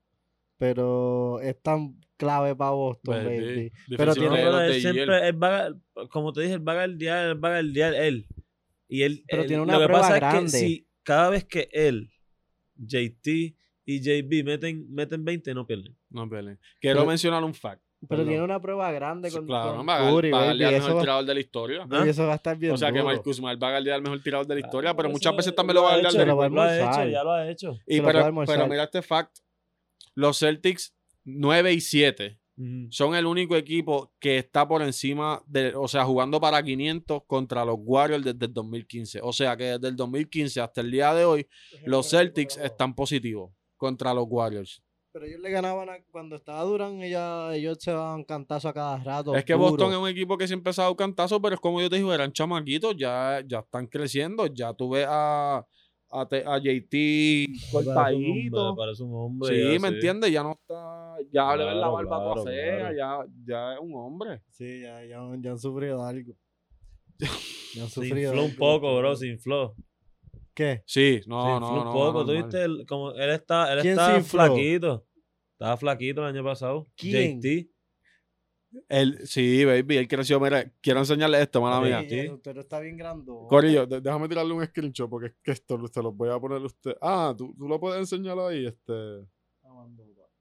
Pero es tan clave para Boston, Baby, baby. defensiva Pero No, tiene, de- pero los él de siempre, él va a- como te dije, él va a galdear, él va a galdear él. Y él, Pero él- tiene una lo que prueba pasa grande. es que si cada vez que él, JT y JB meten, meten 20, no pierden. No, peleen. Quiero Pero- mencionar un fact. pero perdón. tiene una prueba grande con, claro, con va a- Curry, va a baby. darle al Eso mejor va, tirador de la historia. baby, eso va a estar bien O sea que duro. Marcus Smart va a galdear al mejor tirador de la historia, pero Eso muchas veces él también lo va a ha galdear hecho, de Pero va a lo ha almorzar. hecho, ya lo ha hecho. Y Se lo pero, puede almorzar. pero mira este fact. Los Celtics 9 y 7 son el único equipo que está por encima de, o sea, jugando para 500 contra los Warriors desde el 2015. O sea que desde el 2015 hasta el día de hoy, los Celtics están positivos contra los Warriors. Pero ellos le ganaban a- cuando estaba Durán, ella, ellos se daban cantazo a cada rato. Es que duro. Boston es un equipo que siempre se ha dado cantazo, pero es como yo te digo, eran chamaquitos, ya, ya están creciendo, ya tú ves a, a, T- a JT cortadito. Parece un hombre. Sí, ya, ¿me entiendes? Ya no está. Ya le ves la Claro, barba toda claro, fea, ya, ya es un hombre. Sí, ya, ya, han- ya han sufrido algo. Ya han Se sufrido infló un algo. poco, bro, se infló. ¿Qué? Sí, no, se no, infló no. un poco. ¿Tú normal. viste? el- como él está, él ¿Quién se está infló? flaquito. Estaba flaquito el año pasado. ¿Quién? JT. Él- sí, baby, él creció. Mira, quiero enseñarle esto, mala Papi, mía. Sí. Pero está bien grande. Corillo, de- déjame tirarle un screenshot porque es que esto se los voy a poner a usted. Ah, tú, tú lo puedes enseñar ahí, este,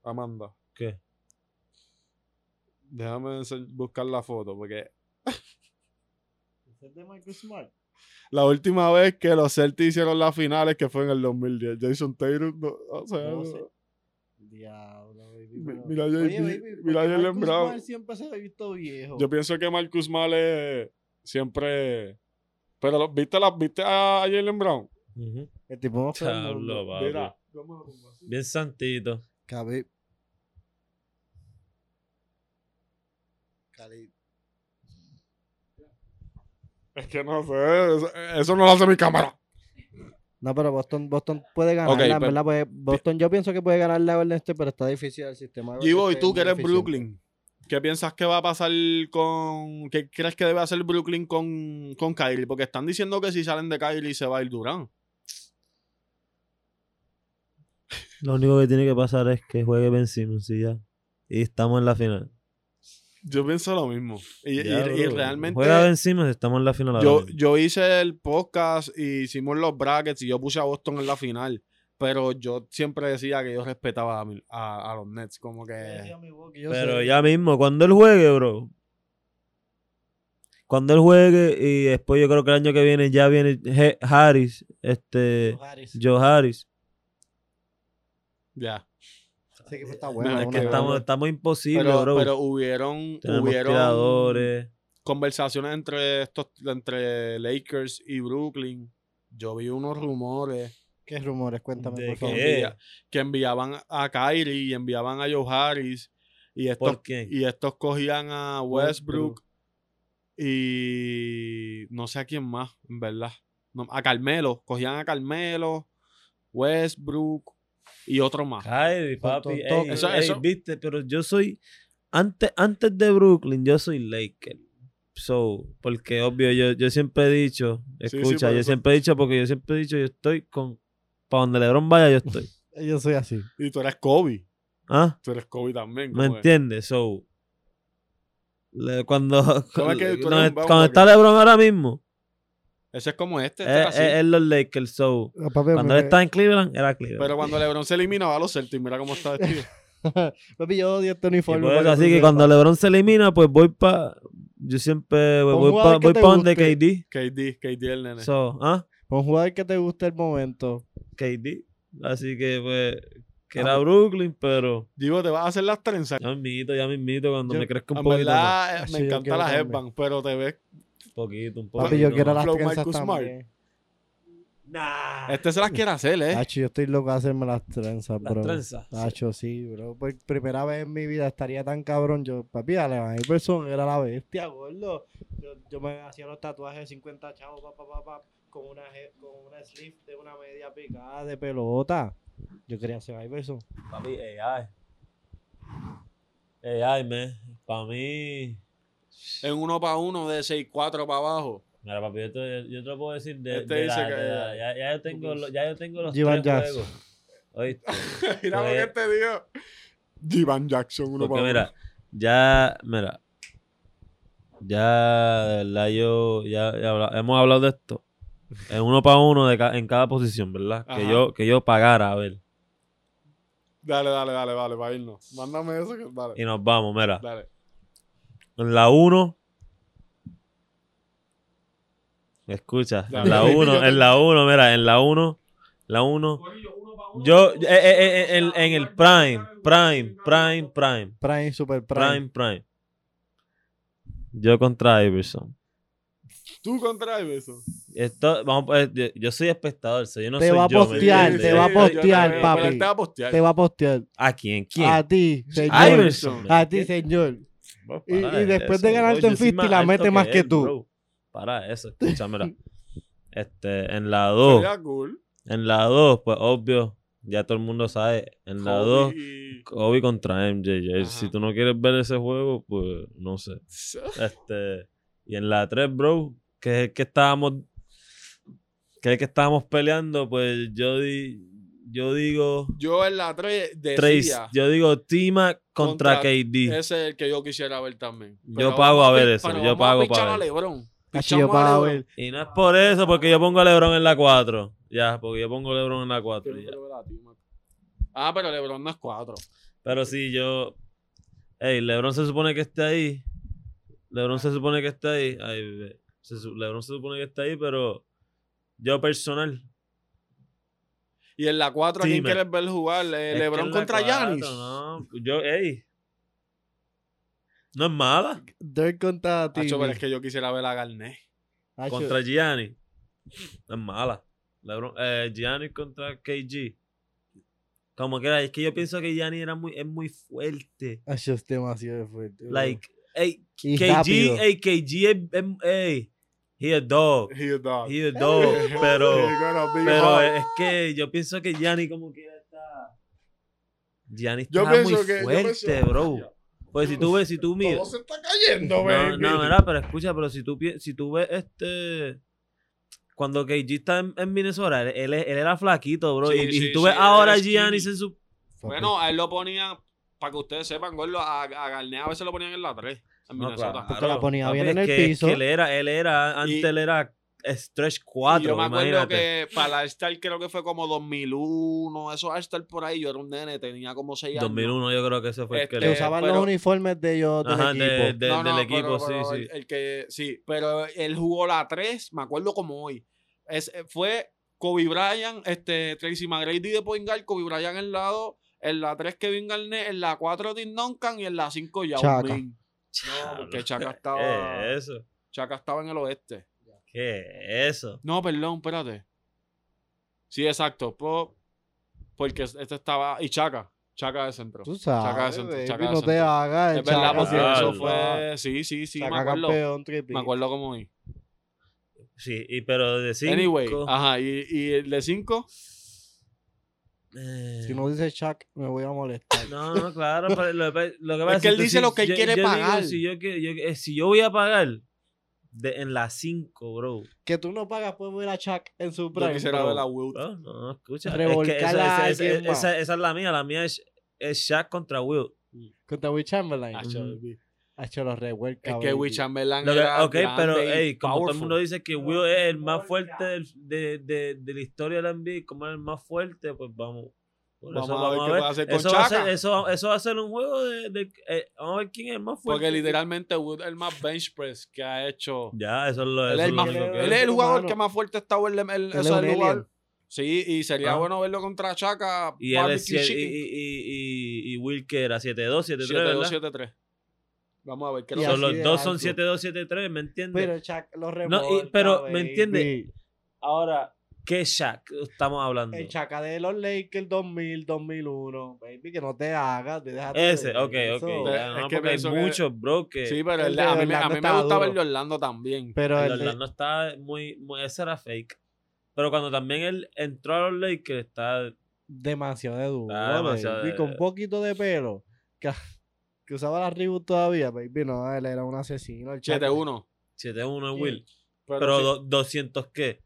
Amanda. ¿Qué? Déjame ense- buscar la foto porque ¿Es de Marcus Smart? la última vez que los Celtics hicieron las finales que fue en el 2010. Jason Tatum, no- o sea, No no- sé. Diablo, baby. Mi- pero- mira, Oye, JB, baby, ¿por mira, qué Jalen Marcus Brown. Smart siempre se ha visto viejo. yo pienso que Marcus Male siempre... Pero lo- viste, la, viste a Jalen Brown. Ujú. El tipo más Diablo, fernando. papi. Mira, Bien santito. Cabe. Cali. es que no sé, eso, eso no lo hace mi cámara. No, pero Boston, Boston puede ganar, Ok, la pero- verdad. Pues Boston, yo pienso que puede ganar la Golden State, pero está difícil el sistema. de Golden Givo, y State tú es que muy eres eficiente. Brooklyn, ¿qué piensas que va a pasar con. ¿Qué crees que debe hacer Brooklyn con, con Kyrie? Porque están diciendo que si salen de Kyrie se va a ir Durán. Lo único que tiene que pasar es que juegue Ben Simmons y ya. Y estamos en la final. Yo pienso lo mismo. Y, y- Ya, y bro. realmente. Juega Ben Simmons, estamos en la final. ahora Yo, mismo. yo hice el podcast y hicimos los brackets y yo puse a Boston en la final. Pero yo siempre decía que yo respetaba a, mi- a- a los Nets. Como Eh, que. Pero ya mismo, cuando él juegue, bro. Cuando él juegue y después yo creo que el año que viene ya viene He- Harris, este, Harris. Joe Harris. Ya. Sí, que pues, está No, bueno. es una que buena- Estamos, estamos imposibles, Pero, bro. pero hubieron, Tenemos hubieron tiradores. conversaciones entre estos, entre Lakers y Brooklyn. Yo vi unos rumores ¿Qué rumores? Cuéntame, ¿De por que, favor. qué? envía- que enviaban a Kyrie y enviaban a Joe Harris. Y estos, ¿Por quién? y estos cogían a Westbrook. Westbrook y no sé a quién más, en verdad. No, a Carmelo, cogían a Carmelo, Westbrook y otro más. Kyrie, Con papi. Totó. ey, Eso- ey, eso- viste, pero yo soy. Antes, antes de Brooklyn, yo soy Laker. So, porque obvio, yo, yo siempre he dicho, sí, escucha, por yo eso. siempre he dicho, porque yo siempre he dicho, yo estoy con. Para donde Lebron vaya, yo estoy. Yo soy así. Y tú eres Kobe. ¿Ah? Tú eres Kobe también. ¿Me como que- entiendes? So. le- cuando ¿Cómo es que tú eres no, un es- vago cuando para está LeBron ahora mismo, Ese es como este. este era es, así. es- es los Lakers. So, No, papi, cuando me- él estaba en Cleveland, era Cleveland. Pero cuando LeBron se elimina, va a los Celtics. Mira cómo está vestido. Papi, yo odio este Y por uniforme. eso, para pues, así tú que sepas. cuando LeBron se elimina, pues voy para. Yo siempre voy, Pon voy jugador para que voy te pa donde guste. KD. KD, KD el nene. So, ¿ah? Con jugador que te guste el momento. KD. Así que, pues. Que era Brooklyn, pero. Digo, te vas a hacer las trenzas. Ya mismito, ya mismito, cuando Yo- me crezca un En poquito. más. verdad, eh, Así me yo encanta quiero la también. headband, pero te ves. Un poquito, un poquito. Papi, yo más. quiero las Flow trenzas Marcus Smart. también. Nah. Este se las quiere hacer, ¿eh? Hacho, yo estoy loco de hacerme las trenzas, Las bro. Ah, trenzas. Hacho, sí, bro. Por primera vez en mi vida estaría tan cabrón. Yo, papi, Aleván Iverson era la bestia, gordo. Yo, yo me hacía los tatuajes de 50 chavos, pa, pa, pa, pa, con una, je- con una sleeve de una media picada de pelota. Yo quería ser Iverson. Papi, AI. AI, man. Para mí. En uno para uno, de 6-4 para abajo. Mira, papi, yo te, yo te lo puedo decir de. Este de dice la- que de la- AI. ya, ya yo tengo, lo- ya yo tengo los Jivan tres Jackson. juegos. Oíste. Mira lo Pues- que te dio. Divan Jackson, uno Porque para mira, ya, mira, ya, de verdad, yo, ya, ya habla- hemos hablado de esto. En uno para uno de ca- en cada posición, ¿verdad? Que Ajá. yo, que yo pagara, a ver. Dale, dale, dale, dale, para irnos. Mándame eso que dale. Y nos vamos, mira. Dale. En la 1. Escucha, en Dale. la Baby, 1, yo te- en la 1, mira, en la 1, la 1. Yo, eh, eh, eh, eh, en, en el prime, prime, prime, prime, Prime, super prime. prime, prime. Yo contra Iverson. Tú contra eso. Esto, vamos, a- eh, yo soy espectador, so yo no Te soy va a yo, ¿me postear, entiendes? te va a Yo- postear, yo- también, papi. pero él te va a postear. Te va a postear. ¿A quién? ¿Quién? A ti, señor. Iverson. A ti, señor. Vos y- para y después de eso, ganarte bro, en yo soy 50 la alto mete más que él, tú. bro. Para eso, escúchame. este, en la 2, Sería cool. en la 2, pues obvio, ya todo el mundo sabe, en la 2, Y- Kobe contra MJ. Eh, Ajá. Si tú no quieres ver ese juego, pues no sé. Este, y en la 3, bro, que es el que estábamos que es el que estábamos peleando, pues yo di, yo digo Yo en la 3 Trace, decía. yo digo Tima contra, Contra- KD. Ese es el que yo quisiera ver también. Yo Pero pago vamos a ver pi- eso, pero yo vamos pago a pichar para a ver. LeBron. Hacho, Pichamos yo a para LeBron. ver. Y no es por eso, porque yo pongo a LeBron en la 4. Ya, porque yo pongo a LeBron en la 4. Yo no quiero ver a ti, Mac. Ah, pero LeBron no es 4. Pero sí, yo. Ey, LeBron se supone que está ahí. LeBron se supone que está ahí. Ay, bebé. Se su- LeBron se supone que está ahí, pero yo personal. Y en la 4, ¿a quién Dime. quieres ver jugar? Le- es que en LeBron la contra cuatro, Giannis. No, yo, ey. No es mala. Dirk contra ti. Hacho, pero es que yo quisiera ver a Garnet. Hacho, Contra Gianni. No es mala. LeBron, eh, Gianni contra KG. Como que era, es que yo pienso que Gianni era muy, es muy fuerte. hacho, es demasiado fuerte. bro. Like, eh, ey, Y rápido. KG, ey, KG es, es- ey, he a dog, He a dog. he a dog, He pero, gonna be pero hot. es que yo pienso que Gianni como que está, Gianni Yo está muy pienso que- yo fuerte, pienso- bro. Pues si tú ves, si tú Todo miras, se está cayendo, no, baby. no, mira, pero escucha, pero si tú, pi- si tú ves este... Cuando KG está en, en Minnesota, él, él- él era flaquito, bro. Sí, y, y sí, si tú sí, ves él ahora era Gianni skinny. en su... Fuck Bueno, a él lo ponían, para que ustedes sepan, gordo, a, a Garnet a veces lo ponían en la 3. En No, Minnesota. claro, la ponía papi, bien es en el que- es piso. que él era, él era, antes Y- él era stretch Y 4, yo me acuerdo imagínate. que para la Star creo que fue como 2001, esos All-Star por ahí, yo era un nene, tenía como 6 años. 2001 yo creo que ese fue el que Este, Que le... usaba- usaban pero- los uniformes de ellos del Ajá, equipo. de- de- No, no, del equipo, pero- pero sí, el- sí. El que, sí, pero él jugó la 3, me acuerdo como hoy. Es, eh, fue Kobe Bryant, este, Tracy McGrady de Point Guard, Kobe Bryant en la 2, en la 3 Kevin Garnett, en la 4 Tim Duncan y en la 5 Yao Chaka. Ming. No, porque Chaka ¿Qué estaba, es eso? Chaka estaba en el oeste. ¿Qué es eso? No, perdón, espérate. Sí, exacto. po- porque este estaba. Y Chaka. Chaca de centro. Tú Chaca de sabes, centro, baby, chaca de no te centro. hagas. Es verdad, Chaca, porque sí, eso sí. fue. Sí, sí, sí, me Chaca acuerdo. campeón, triple. Me acuerdo cómo hoy. Sí, y pero de eh, 5. Anyway, ah, ajá, y, y el de 5, Si no dice Chuck, me voy a molestar. No, no, claro. pero lo, que- lo que pasa que él dice lo que él yo- quiere yo digo, pagar. si, yo, que- yo- eh, si yo voy a pagar de- en la 5, bro. que tú no pagas, puedes ver a Chuck en su yo prime. quisiera bro. ver a Wilt. No, no, escucha. Revolcar esa, a esa- alguien más. esa- esa es la mía. La mía es, es Shaq contra Will. Contra Will Chamberlain. Ah, Ha chaval, Ujú. baby. hecho los revuelcas. Es que baby. Will Chamberlain Lo que- era ok, pero grande y ey, como todo el powerful. mundo dice que Will es el más fuerte del- de, de- de la historia del NBA, como es el más fuerte, pues vamos. por Vamos a ver qué puede hacer con eso, va a Shaka. ser, eso, eso va a ser un juego de. de- eh, vamos a ver quién es el más fuerte. Porque literalmente Wood es el más bench press que ha hecho. Ya, pues, eso es lo, Él eso es es el, lo más- único que él es el jugador que más fuerte ha estado. El, el, Él eso es es un el alien. jugador. Sí, y sería Ah. bueno verlo contra Chaka. Y él es barbecue siete- y, chicken. y, y, y, y Will que era 7-2, 7-3, 7-2, ¿verdad? 7-3. Vamos a ver qué Y lo así Son los de dos son alto. 7-2, 7-3, ¿me entiendes? Pero Chuck los revuelca. No, y- pero, ¿me baby. entiendes? Ahora, ¿qué Shaq estamos hablando? El Chuck de los Lakers 2000, 2001. Baby, que no te hagas. te déjate Ese, de ok, eso. ok. Pero ya, es no, que porque hay pienso que- muchos, bro, que... Sí, pero el el- de a mí, me- a Orlando mí me estaba gustaba el de duro. Orlando también. Pero El el de- Orlando está muy, muy- Ese era fake. Pero cuando también él entró a los Lakers, está... demasiado de duro. Ah, demasiado baby, de- con poquito de pelo. Que, que usaba la reboot todavía, baby. No, él era un asesino. El Shaq. 7-1. 7-1 Sí, Will. Pero, Pero sí, do- 200 qué?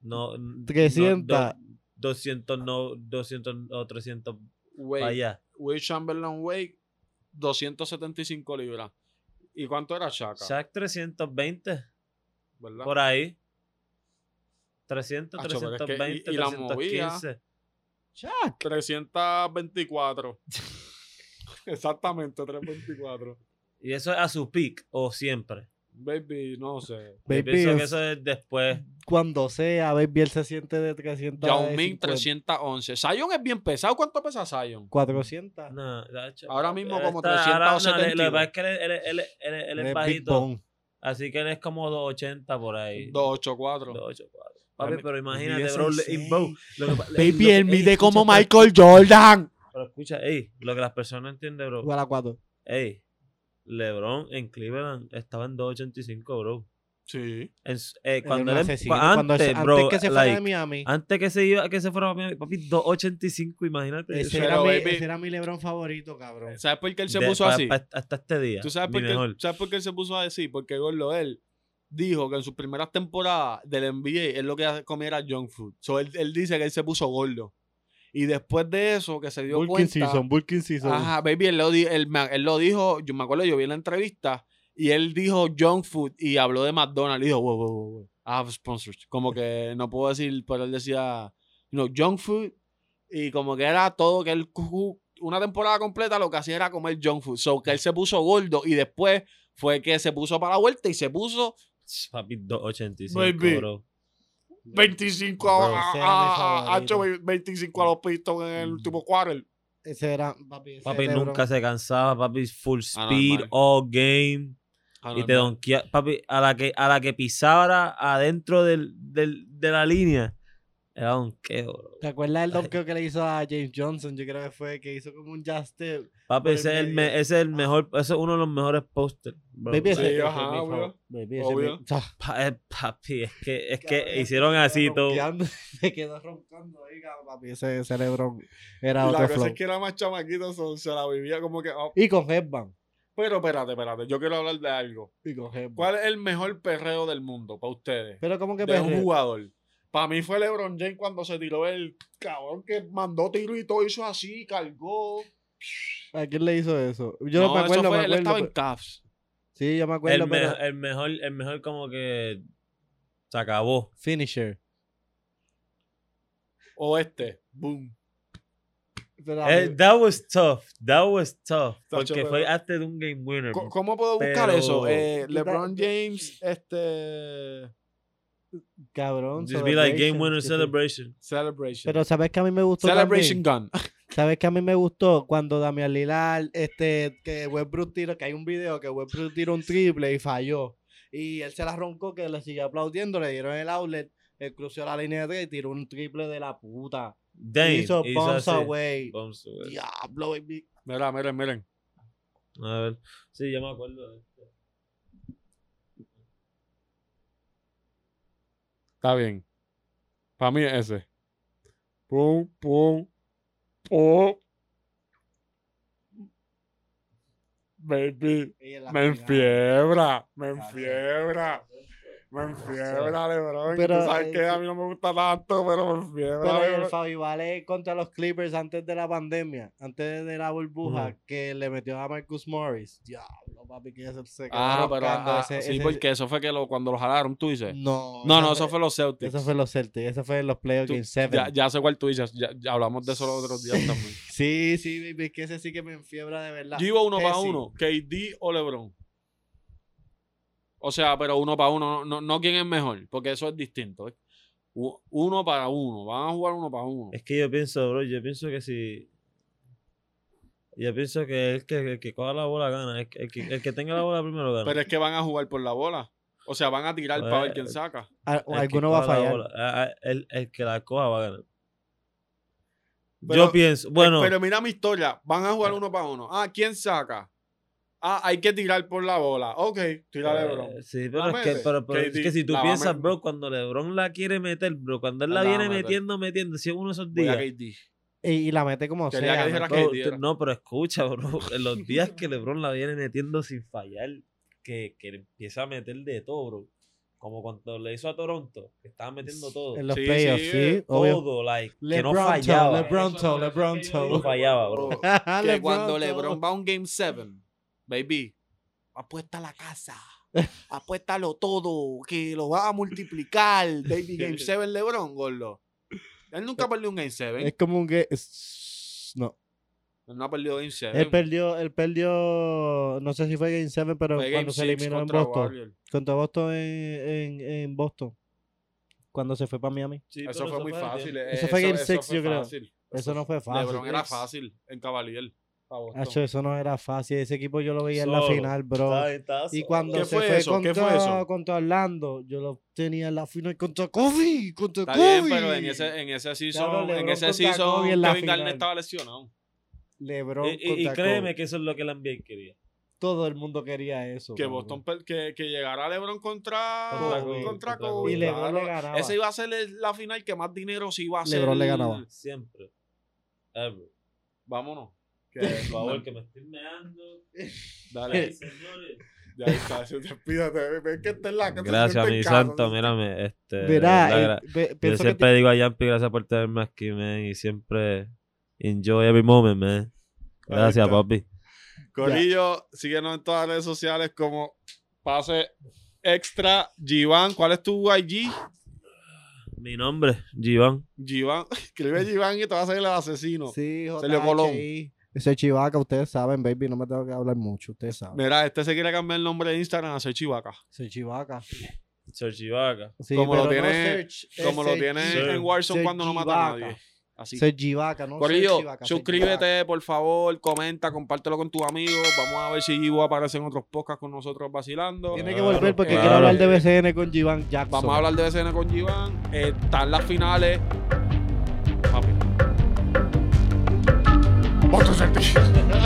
No, n- 300. no, do- 200 no, 200 o 300 Wade- para allá. Will Chamberlain Wade, 275 libras. ¿Y cuánto era Chaka? Shaq 320 ¿Verdad? por ahí. 300, Acho, Ah, pero es que- y- 320, y la movía. 315. Shaq. 324. Exactamente, 324. Y eso es a su peak o siempre. Baby, no sé. Yo Baby, pienso es- que eso es después. cuando sea, baby, él se siente de 300. Yao de Ming, 50. 311. Zion es bien pesado. ¿Cuánto pesa Zion? 400. No, gacho. Ahora mismo Él como está- ahora- no, le- 372. Lo que pasa es que él, él- él- él- él Él es es Big bajito. Bone. Así que él es como 280 por ahí. 284. 284. Papi, Dame- pero imagínate, Mide bro. le- 6'6". bro, lo que pa- Baby, lo- él ey, mide escucha, como pero- Michael Jordan. Pero escucha, ey, lo que las personas no entienden, bro. Igual a 4. Ey, LeBron en Cleveland estaba en 285, bro. Sí. En s- eh, cuando él em- asesino, antes, cuando se- bro, antes que se fuera de like, Miami. antes que se iba, que se fuera a Miami, papi, 285, imagínate. Ese Pero, era, mi, baby- ese era mi Lebron favorito, cabrón. ¿Sabes por qué él se De- puso pa- así? pa- hasta este día. ¿Tú sabes mi por, qué, mejor. sabes por qué él se puso así? Porque Gordo, él dijo que en sus primeras temporadas del NBA, él lo que comía era junk food. So, él, él dice que él se puso gordo. Y después de eso, que se dio Bulking cuenta... season, Bulking season. Ajá, baby, él lo, di- él me- él lo dijo, yo me acuerdo, yo vi la entrevista y él dijo junk food y habló de McDonald's y dijo, wow, wow, wow, wow, I have sponsors. Como que no puedo decir, pero él decía, no, junk food y como que era todo que él, cu- una temporada completa lo que hacía era comer junk food. So que él se puso gordo y después fue que se puso para la vuelta y se puso Papi, 285, Baby. bro. 25 Bro, a, a, ese era mi a- a- favorito. 25 a los Pistons en el Mm. último quarter. Ese era, papi. ese Papi Lebron. nunca se cansaba, papi, full speed, Anormal. all game. Ah, y te donquea, papi, a la que, a la que pisara adentro del, del, de la línea, era donqueo, bro. ¿Te acuerdas del donkeo que le hizo a James Johnson? Yo creo que fue que hizo como un just step. Papi, Por el ese es, el medio. me- ese es el mejor, ese es uno de los mejores posters. bro. Baby, Ese- ese- Sí, ese ajá, es mi bro. favor- baby, ese Obvio. es mi- Ah, pa- eh, papi, es que, es cabrón, que hicieron se quedó así todo. ronqueando, Se quedó roncando ahí, cabrón, papi. Ese, ese Lebron era Y la otro cosa flow. es que era más chamaquito, so- se la vivía como que. oh, Y con Headband. Pero espérate, espérate, yo quiero hablar de algo. Y con Headband. ¿Cuál es el mejor perreo del mundo para ustedes? Pero como que De un perreo. jugador. Para mí fue LeBron James cuando se tiró el cabrón que mandó tiro y todo hizo así, cargó. ¿A quién le hizo eso? Yo no, me eso acuerdo, fue- me él estaba acuerdo. en Cavs. Sí, yo me acuerdo, El, me- pero... el mejor, el mejor como que se acabó. Finisher. O este, boom. Pero, Eh, that was tough, that was tough. Tacho, Porque pero- fue hasta de un game winner. Co- ¿Cómo puedo buscar Pero- eso? Eh, Tú LeBron ta- James, este. cabrón. Just be like game celebration, winner sí, sí. celebration. Celebration. Pero sabes que a mí me gustó Celebration también? Gun. Sabes que a mí me gustó cuando Damian Lillard, este, que Westbrook tiró, que hay un video que Westbrook tiró un triple y falló. Y él se la roncó que le siguió aplaudiendo, le dieron el outlet, él cruzó la línea de tres y tiró un triple de la puta. Dane hizo hizo Bombs así. Away. Bombs Away. Diablo, baby. Mira, miren, miren. A ver. Sí, yo me acuerdo de esto. Está bien. Para mí es ese. Pum, pum, pum. Baby, Y en la me final. enfiebra, me Ah, sí. enfiebra, me enfiebra, Lebron. Pero, Tú sabes eh, que a mí no me gusta tanto, pero me enfiebra, Pero el Lebron. Fabi Vale contra los Clippers antes de la pandemia, antes de la burbuja que le metió a Marcus Morris. Diablo, papi, que se, se Ah, quedaron pero buscando ah, ese- sí, ese- porque eso fue que lo, cuando lo jalaron, tú dices. No, No, no, ese fue- eso fue los Celtics. Eso fue los Celtics, eso fue en los playoffs Tú- Game 7. ya, ya sé cuál tú dices. Ya, ya hablamos de eso los otros días también. Sí, sí, baby, es que ese sí que me enfiebra de verdad. Yo iba uno para Tessie. uno. KD o LeBron. O sea, pero uno para uno. No, no, no quién es mejor, porque eso es distinto. ¿eh? U- Uno para uno. Van a jugar uno para uno. Es que yo pienso, bro, yo pienso que si. Yo pienso que el que, el que coja la bola gana. El, que- el que, el que tenga la bola primero gana. Pero es que van a jugar por la bola. O sea, van a tirar Pues, para ver quién saca. Eh, Al- El que Ah, alguno va a coja la fallar. bola, a- a- el, el que la coja va a ganar. Pero- eh, yo pienso, bueno, eh, Pero mira mi historia. Van a jugar uno para uno. Ah, ¿quién saca? Ah, hay que tirar por la bola. Ok, tira eh, LeBron. sí, pero, La es que, mete. pero- pero es KD, que si pues, tú la va a piensas, meter. bro, cuando LeBron la quiere meter, bro, cuando él la, La va a viene meter. metiendo, metiendo, si es uno de esos Voy a días. KD. Y, y la mete como Quería sea. que ¿no? dijera Bro, que tú- diera. no, pero escucha, bro. En los días que LeBron la viene metiendo sin fallar, que, que le empieza a meter de todo, bro. Como cuando le hizo a Toronto, que estaba metiendo todo. En los Sí, playoffs, sí, sí, eh, obvio. todo, like, que no LeBron, fallaba. LeBron, Eso es LeBron, No fallaba, bro. que cuando LeBron va a un Game 7, baby, apuesta la casa. Apuéstalo todo, que lo va a multiplicar. Baby Game 7 LeBron, gordo. Él nunca perdió un Game 7. Eh, Es como un que. es- No. Él no ha perdido eh, Game 7. Él perdió, él perdió, no sé si fue Game 7, pero Fue cuando Game se 6 eliminó en contra Boston. Warriors. Contra Boston en, en, en Boston. Cuando se fue para Miami. Sí, Eso pero fue muy fácil. eh, Eso fue Game eso Six, fue yo creo. fácil. Eso no fue fácil. LeBron era fácil en Cavalier. pa' Boston. Acho, eso no era fácil. Ese equipo yo lo veía en la Solo. final, bro. Está- está Y solo. cuando ¿Qué se fue fue, eso? Contra, ¿Qué fue eso? contra Orlando, yo lo tenía en la final contra Kobe. Contra Está Kobe. bien, pero en ese, en ese season, LeBron en ese contra season Kobe en la Kevin final. Garnett estaba lesionado. LeBron Y- y, y contra créeme Kobe. que eso es lo que el NBA quería. todo el mundo quería eso. Que cabrón. Boston per- que, que llegara LeBron contra Contra contra Kobe. Kobe, contra Kobe. Y LeBron claro. le ganaba. Esa iba a ser el- la final que más dinero se iba a hacer. LeBron le ganaba. Siempre. Ever. Vámonos. Que, Por favor, que me estoy meando. Dale. Ay, señores. Ya está. se- Despídate. Ven que está en la casa, Gracias, siente en mi casa, santo. ¿no? Mírame. Este, de verdad, Verá, gra- eh, ve- Yo pienso que siempre digo a Yampi, gracias por tenerme aquí, man. Y siempre enjoy every moment, man. Ahí Gracias, está. papi. Corillo, síguenos en todas las redes sociales como Pase Extra. Givan, ¿cuál es tu IG? Mi nombre, Givan. Givan. Escribe Givan y te va a salir el asesino. Sí, Sergio Colón. JHI. Ese chivaca, ustedes saben, baby, no me tengo que hablar mucho, ustedes saben. Mira, este se quiere cambiar el nombre de Instagram a Soy Chivaca. Ese chivaca. Sir Chivaca. Sí, Como lo pero no tiene- search, Como lo ese tiene Sí. en Warzone Soy cuando no mata a Chivaca. nadie. Así. Soy Givaca, ¿no? Corillo, Soy Chivaca, soy Chivaca. suscríbete, por favor, comenta, compártelo con tus amigos. Vamos a ver si Ivo aparece en otros podcasts con nosotros vacilando. Tiene que Claro, volver porque claro. quiero hablar de BCN con Givan Jackson. Vamos a hablar de escena con Iván. están las finales. Papi. Boston Celtics.